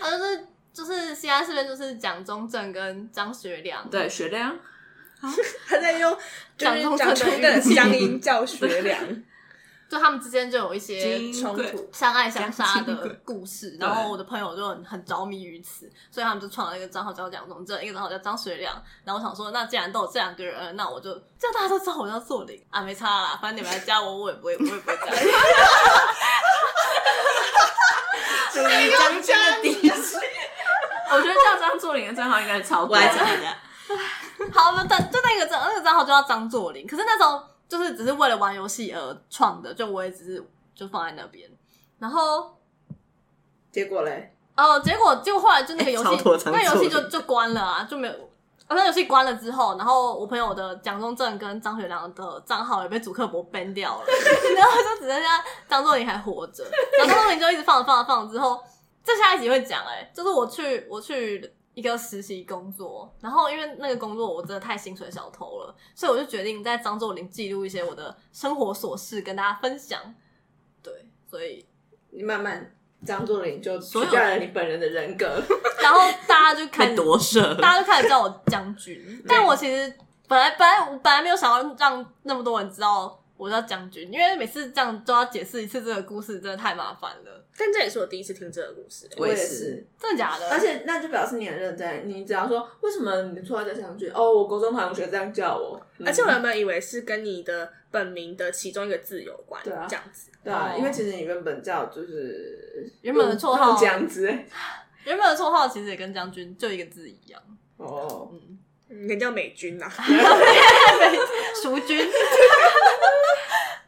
反正就是就是西安事变，就是蒋中正跟张学良。
对学亮，
他在用就是
蒋中
蒋
正
中正
的
的
语气
乡音教学良
就他们之间就有一些
冲突。
相爱相杀的故事，然后我的朋友就很很着迷于此，所以他们就创了一个账号叫蒋中正，一个账号叫张学良。然后我想说，那既然都有这两个人，那我就这样大家都知道我叫做零啊，没差啦，反正你们来加我，我也不会，我也不会这样。
属于将军的敌人，
我觉得叫张作霖的账号应该超
我
多的。
来讲一下。
好，那但就那个账那个账号就叫张作霖，可是那时候就是只是为了玩游戏而创的，就我也只是就放在那边，然后。
结果嘞，
哦，结果结果后来就那个游戏
哎超多，张
那游戏
作
就
霖
就关了啊，就没有。啊、那游戏关了之后，然后我朋友的蒋中正跟张学良的账号也被主客博 ban 掉了， 然后就只剩下张作霖还活着。然后张作霖就一直放着放着放着之后，这下一集会讲哎、就是我去我去一个实习工作，然后因为那个工作我真的太薪水小偷了，所以我就决定在张作霖记录一些我的生活琐事跟大家分享。对，所以
你慢慢张作霖就取
有
代了你本人的人格，
然后大家就开
被
始
夺舍，
大家都开始叫我将军，但我其实本来本来我本来没有想要让那么多人知道我叫将军，因为每次这样都要解释一次这个故事，真的太麻烦了。
但这也是我第一次听这个故事、欸
我也是。
真的假的？
而且那就表示你很认真，你只要说为什么你错在这两句，哦，我国中同学这样叫我，嗯
而且我原本以为是跟你的本名的其中一个字有关，
对啊
这样子。
对啊，
哦
因为其实你原本叫就是
原本的绰号
这样子，
原本的绰号其实也跟将军就一个字一样，
哦，
嗯
人叫美啊军呐、
淑君。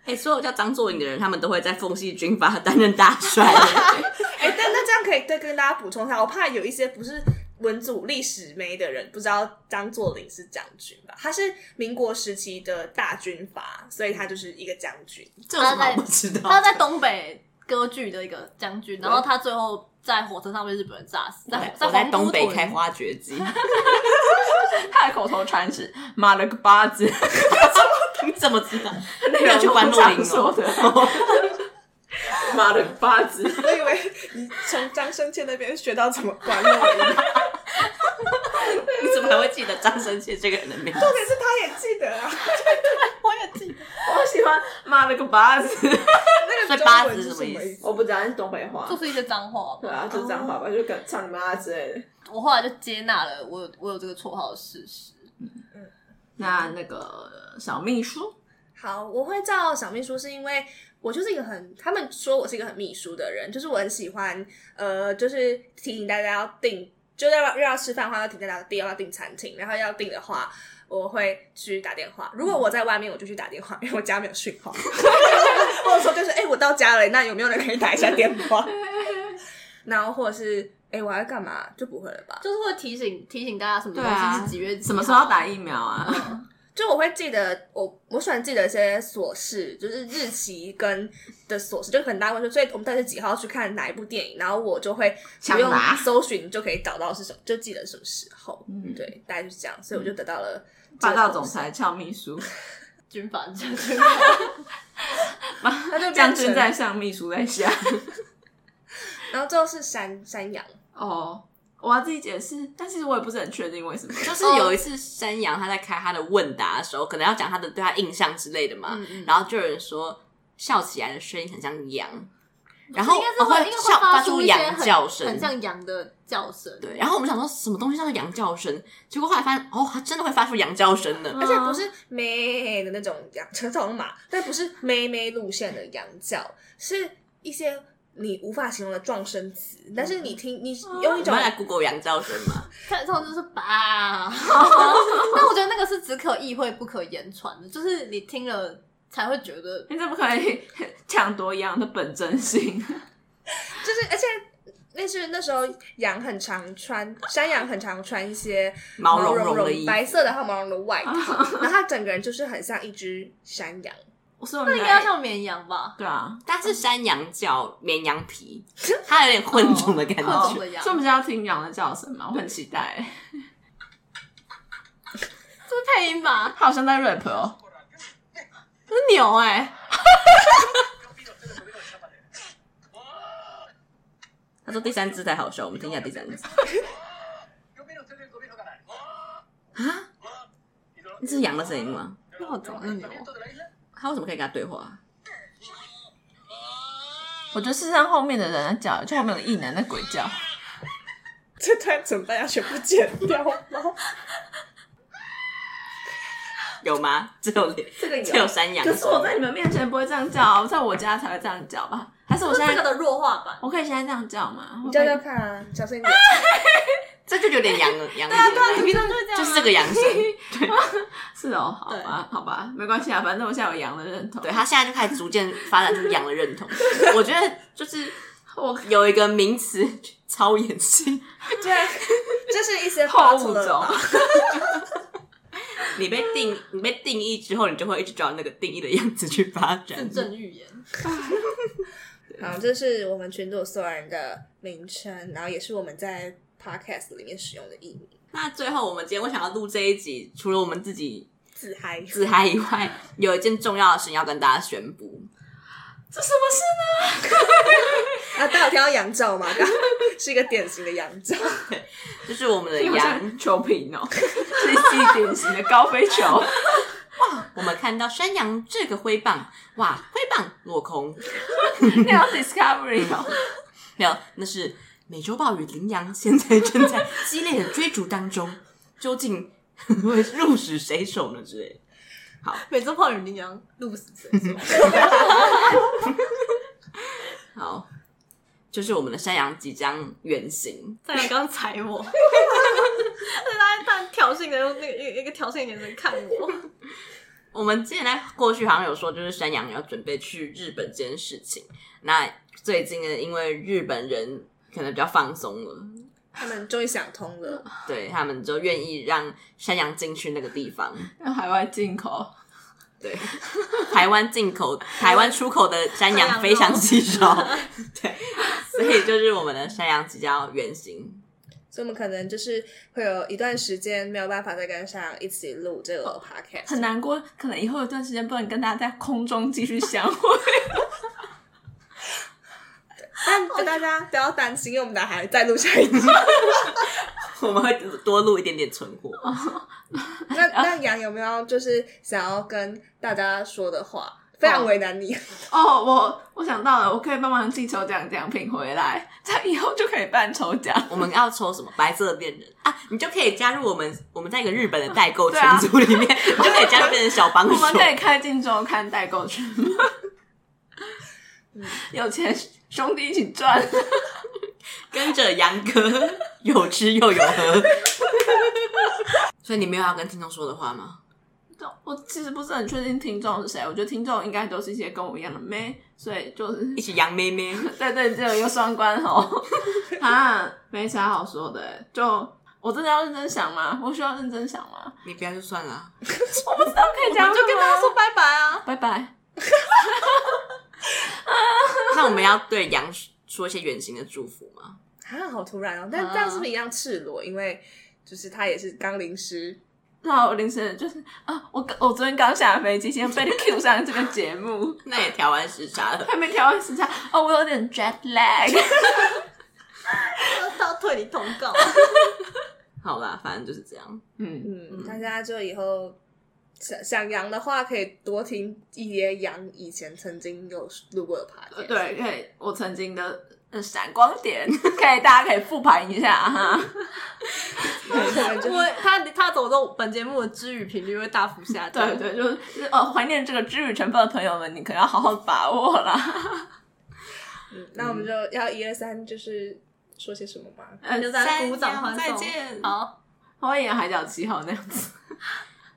哎、所有叫张作霖的人，他们都会在奉系军阀担任大帅。
哎、但那这样可以再跟大家补充一下，我怕有一些不是文组历史妹的人不知道张作霖是将军吧？他是民国时期的大军阀，所以他就是一个将军。
这有什么好不知道的？
他在东北割据的一个将军，然后他最后在火车上被日本人炸死，在
我在
在
东北开，花绝技，
他的口头禅是“妈了个 巴子
你怎么知道？没有去关洛林
说的
哦。
妈的八 字，
我以为你从张生倩那边学到怎么管理， 但
你怎么还会记得张生切这个人的名字？
是他也记得啊。
我喜欢妈了个八字，
所
那
以
个
八
八
字
字
是
是
什么意思
意思？
我不知道是东北话
就，是一些脏话吧。
对啊，就是脏话
哦
吧，就跟操你妈之类的。
我后来就接纳了我有我有这个绰号的事实。”。
那那个小秘书，
好，我会叫小秘书是因为我就是一个很，他们说我是一个很秘书的人，就是我很喜欢，呃，就是提醒大家要订，就是要要吃饭的话要提醒大家订，要订餐厅，然后要订的话。我会去打电话，如果我在外面，我就去打电话，因为我家没有讯号。 或者说就是，哎、我到家了，那有没有人可以打一下电话？然后或者是，哎、我要干嘛？就不会了吧？
就是会提醒提醒大家什么东
对啊
西是几月几号
什么时候要打疫苗啊？
就我会记得我我喜欢记得一些琐事，就是日期跟的琐事，就可能大家会说，所以我们到底是几号去看哪一部电影，然后我就会不
抢
用
答
搜寻就可以找到是什么，就记得什么时候。嗯，对，大概就是这样，所以我就得到了这
嗯霸
个
道
东
总
西。
裁俏秘 书，
军 阀将军。
将军在上，秘书 在下。
然后最后是山山羊，
哦，我要自己解释，但其实我也不是很确定为什么。
就是
哦
有一次山羊他在开他的问答的时候，可能要讲他的对他印象之类的嘛，
嗯
然后就有人说笑起来的声音很像羊，然后
应该是
哦
会，
会
应该
笑
会
发
出一些
羊
很
叫声，
很像羊的叫声。
对，然后我们想说什么东西叫做羊叫声，结果后来发现哦，它真的会发出羊叫声呢。
嗯
而且不
哦
是咩的那种羊， 成种马，但不是咩咩路线的羊叫，是一些你无法形容的撞声词，但是
嗯
你听你
哦
用一
你
种
们来 Google 羊叫声嘛？
看之后就是吧， 但我觉得那个是只可意会不可言传的，就是你听了才会觉得
你怎么可以 抢夺羊的本真心？
就是，而且那是那时候羊很常穿，山羊很常穿一些
毛茸
茸
茸的衣服
白色的还有毛茸茸的外 套，然后它整个人就是很像一只山羊，
我说我们
应该要
来
像绵羊吧，
对啊，
但是山羊叫绵羊皮，它有点混种的感
各种
觉。
的羊，
所以我
就
们是要听羊的叫声嘛？我很期待。
是配音吧，
他好像在 rap 哦，
是牛
欸
哎，
他说第三只才好笑，我们听一下第三只。那是羊的声音吗？
那我怎么是牛？
他为什么可以跟他对话？
啊我觉得是让后面的人在叫，就后面的异男在鬼叫。
这段怎么办？要全部剪掉吗？
有吗？只有
这个
只有山羊。
可是我在你们面前不会这样叫啊，我在我家才会这样叫吧？还是我现
这
在
个的弱化版，
我可以现在这样叫吗？
你叫叫看啊，小声一点。
这就有点羊 羊。对啊，对
平常就是这样啊，
就是这个羊 声。
是哦，好吧，好吧，没关系啊，反正我现在有羊的认同。
对，他现在就开始逐渐发展出羊的认同。我觉得就是
我
有一个名词超演戏，
对，啊这是一些
好
花
物
出
种
的，
你被 定你被定义之后，你就会一直照那个定义的样子去发
自
展。
证预言，
好，这是我们群组所有人的名称，然后也是我们在 podcast 里面使用的艺名，
那最后，我们今天我想要录这一集，除了我们自己
自嗨。
自嗨以外，有一件重要的事情要跟大家宣布。
啊，大家有听到羊照吗？ 刚刚是一个典型的羊照。
就是我们的
我
羊，
像球瓶哦，是一典型的高飞球。
我我们看到山羊这个挥棒，哇，挥棒落空。
那要 Discovery 哦吗？
没有，那是美洲豹与羚羊现在正在激烈的追逐当中，究竟 会鹿死谁手呢？之类的。
美洲豹与羚羊鹿死谁手？
好，就是我们的山羊即将远行，
太阳刚踩我，而且他他很挑衅的用那个一个一个挑衅的眼神看 我。
我们之前在过去好像有说，就是山羊要准备去日本这件事情。那最近呢，因为日本人可能比较放松了，
他们终于想通了，
对他们就愿意让山羊进去那个地方。
让海外进口，
对，台湾进口、台湾出口的山羊非常稀 少，对，所以就是我们的山羊即将要远行。
所以我们可能就是会有一段时间没有办法再跟山羊一起录这
哦
个 podcast，
很难过。可能以后有段时间不能跟大家在空中继续相会。
但
哦
但大家不要担心，因为我们俩还再录下一 集。
我们会多录一点点存货。
哦
那那杨有没有就是想要跟大家说的话？非常为难你，
哦，我我想到了，我可以帮忙寄抽奖奖品回来，这样以后就可以办抽奖。
我们要抽什么？白色的恋人啊，你就可以加入我们我们在一个日本的代购群
对啊
组里 面，你就可以加入变成小帮
我
手。
们可以开进周刊代购群吗？有钱兄弟一起赚，
跟着杨哥有吃又有喝。所以你没有要跟听众说的话吗？
我其实不是很确定听众是谁，我觉得听众应该都是一些跟我一样的妹，所以就是
一起杨妹妹。
对对，只有一个双关吼 啊，没啥好说的。欸就我真的要认真想吗？我需要认真想吗？
你不要就算了，
那我可以这样
就跟大家说拜拜啊！
拜拜。
那我们要对杨说一些远行的祝福吗？
啊，好突然哦！但这样是不是一样赤裸？因为就是他也是刚淋湿，
对啊，我临时就是啊，我我昨天刚下飞机，先被 你 Q 上这个节目，
那也调完时差了。
还没调完时差，哦，我有点 jet lag。
到退你通告，
好啦，反正就是这样。
嗯，
嗯，大家就以后想想羊的话，可以多听一些羊以前曾经有录过的
呃
podcast。，
对，可以，我曾经的呃闪光点，可以大家可以复盘一下哈。
我们就
我他他走之后，本节目的知语频率会大幅下降。
对对，就是就是哦，怀念这个知语成分的朋友们，你可能要好好把握啦。
嗯那我们就要一二三，就是说些什么吗？
呃
那就在鼓掌欢
再
送。
见。
好，
我演海角七号那样子。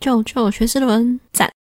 救救学士伦，赞！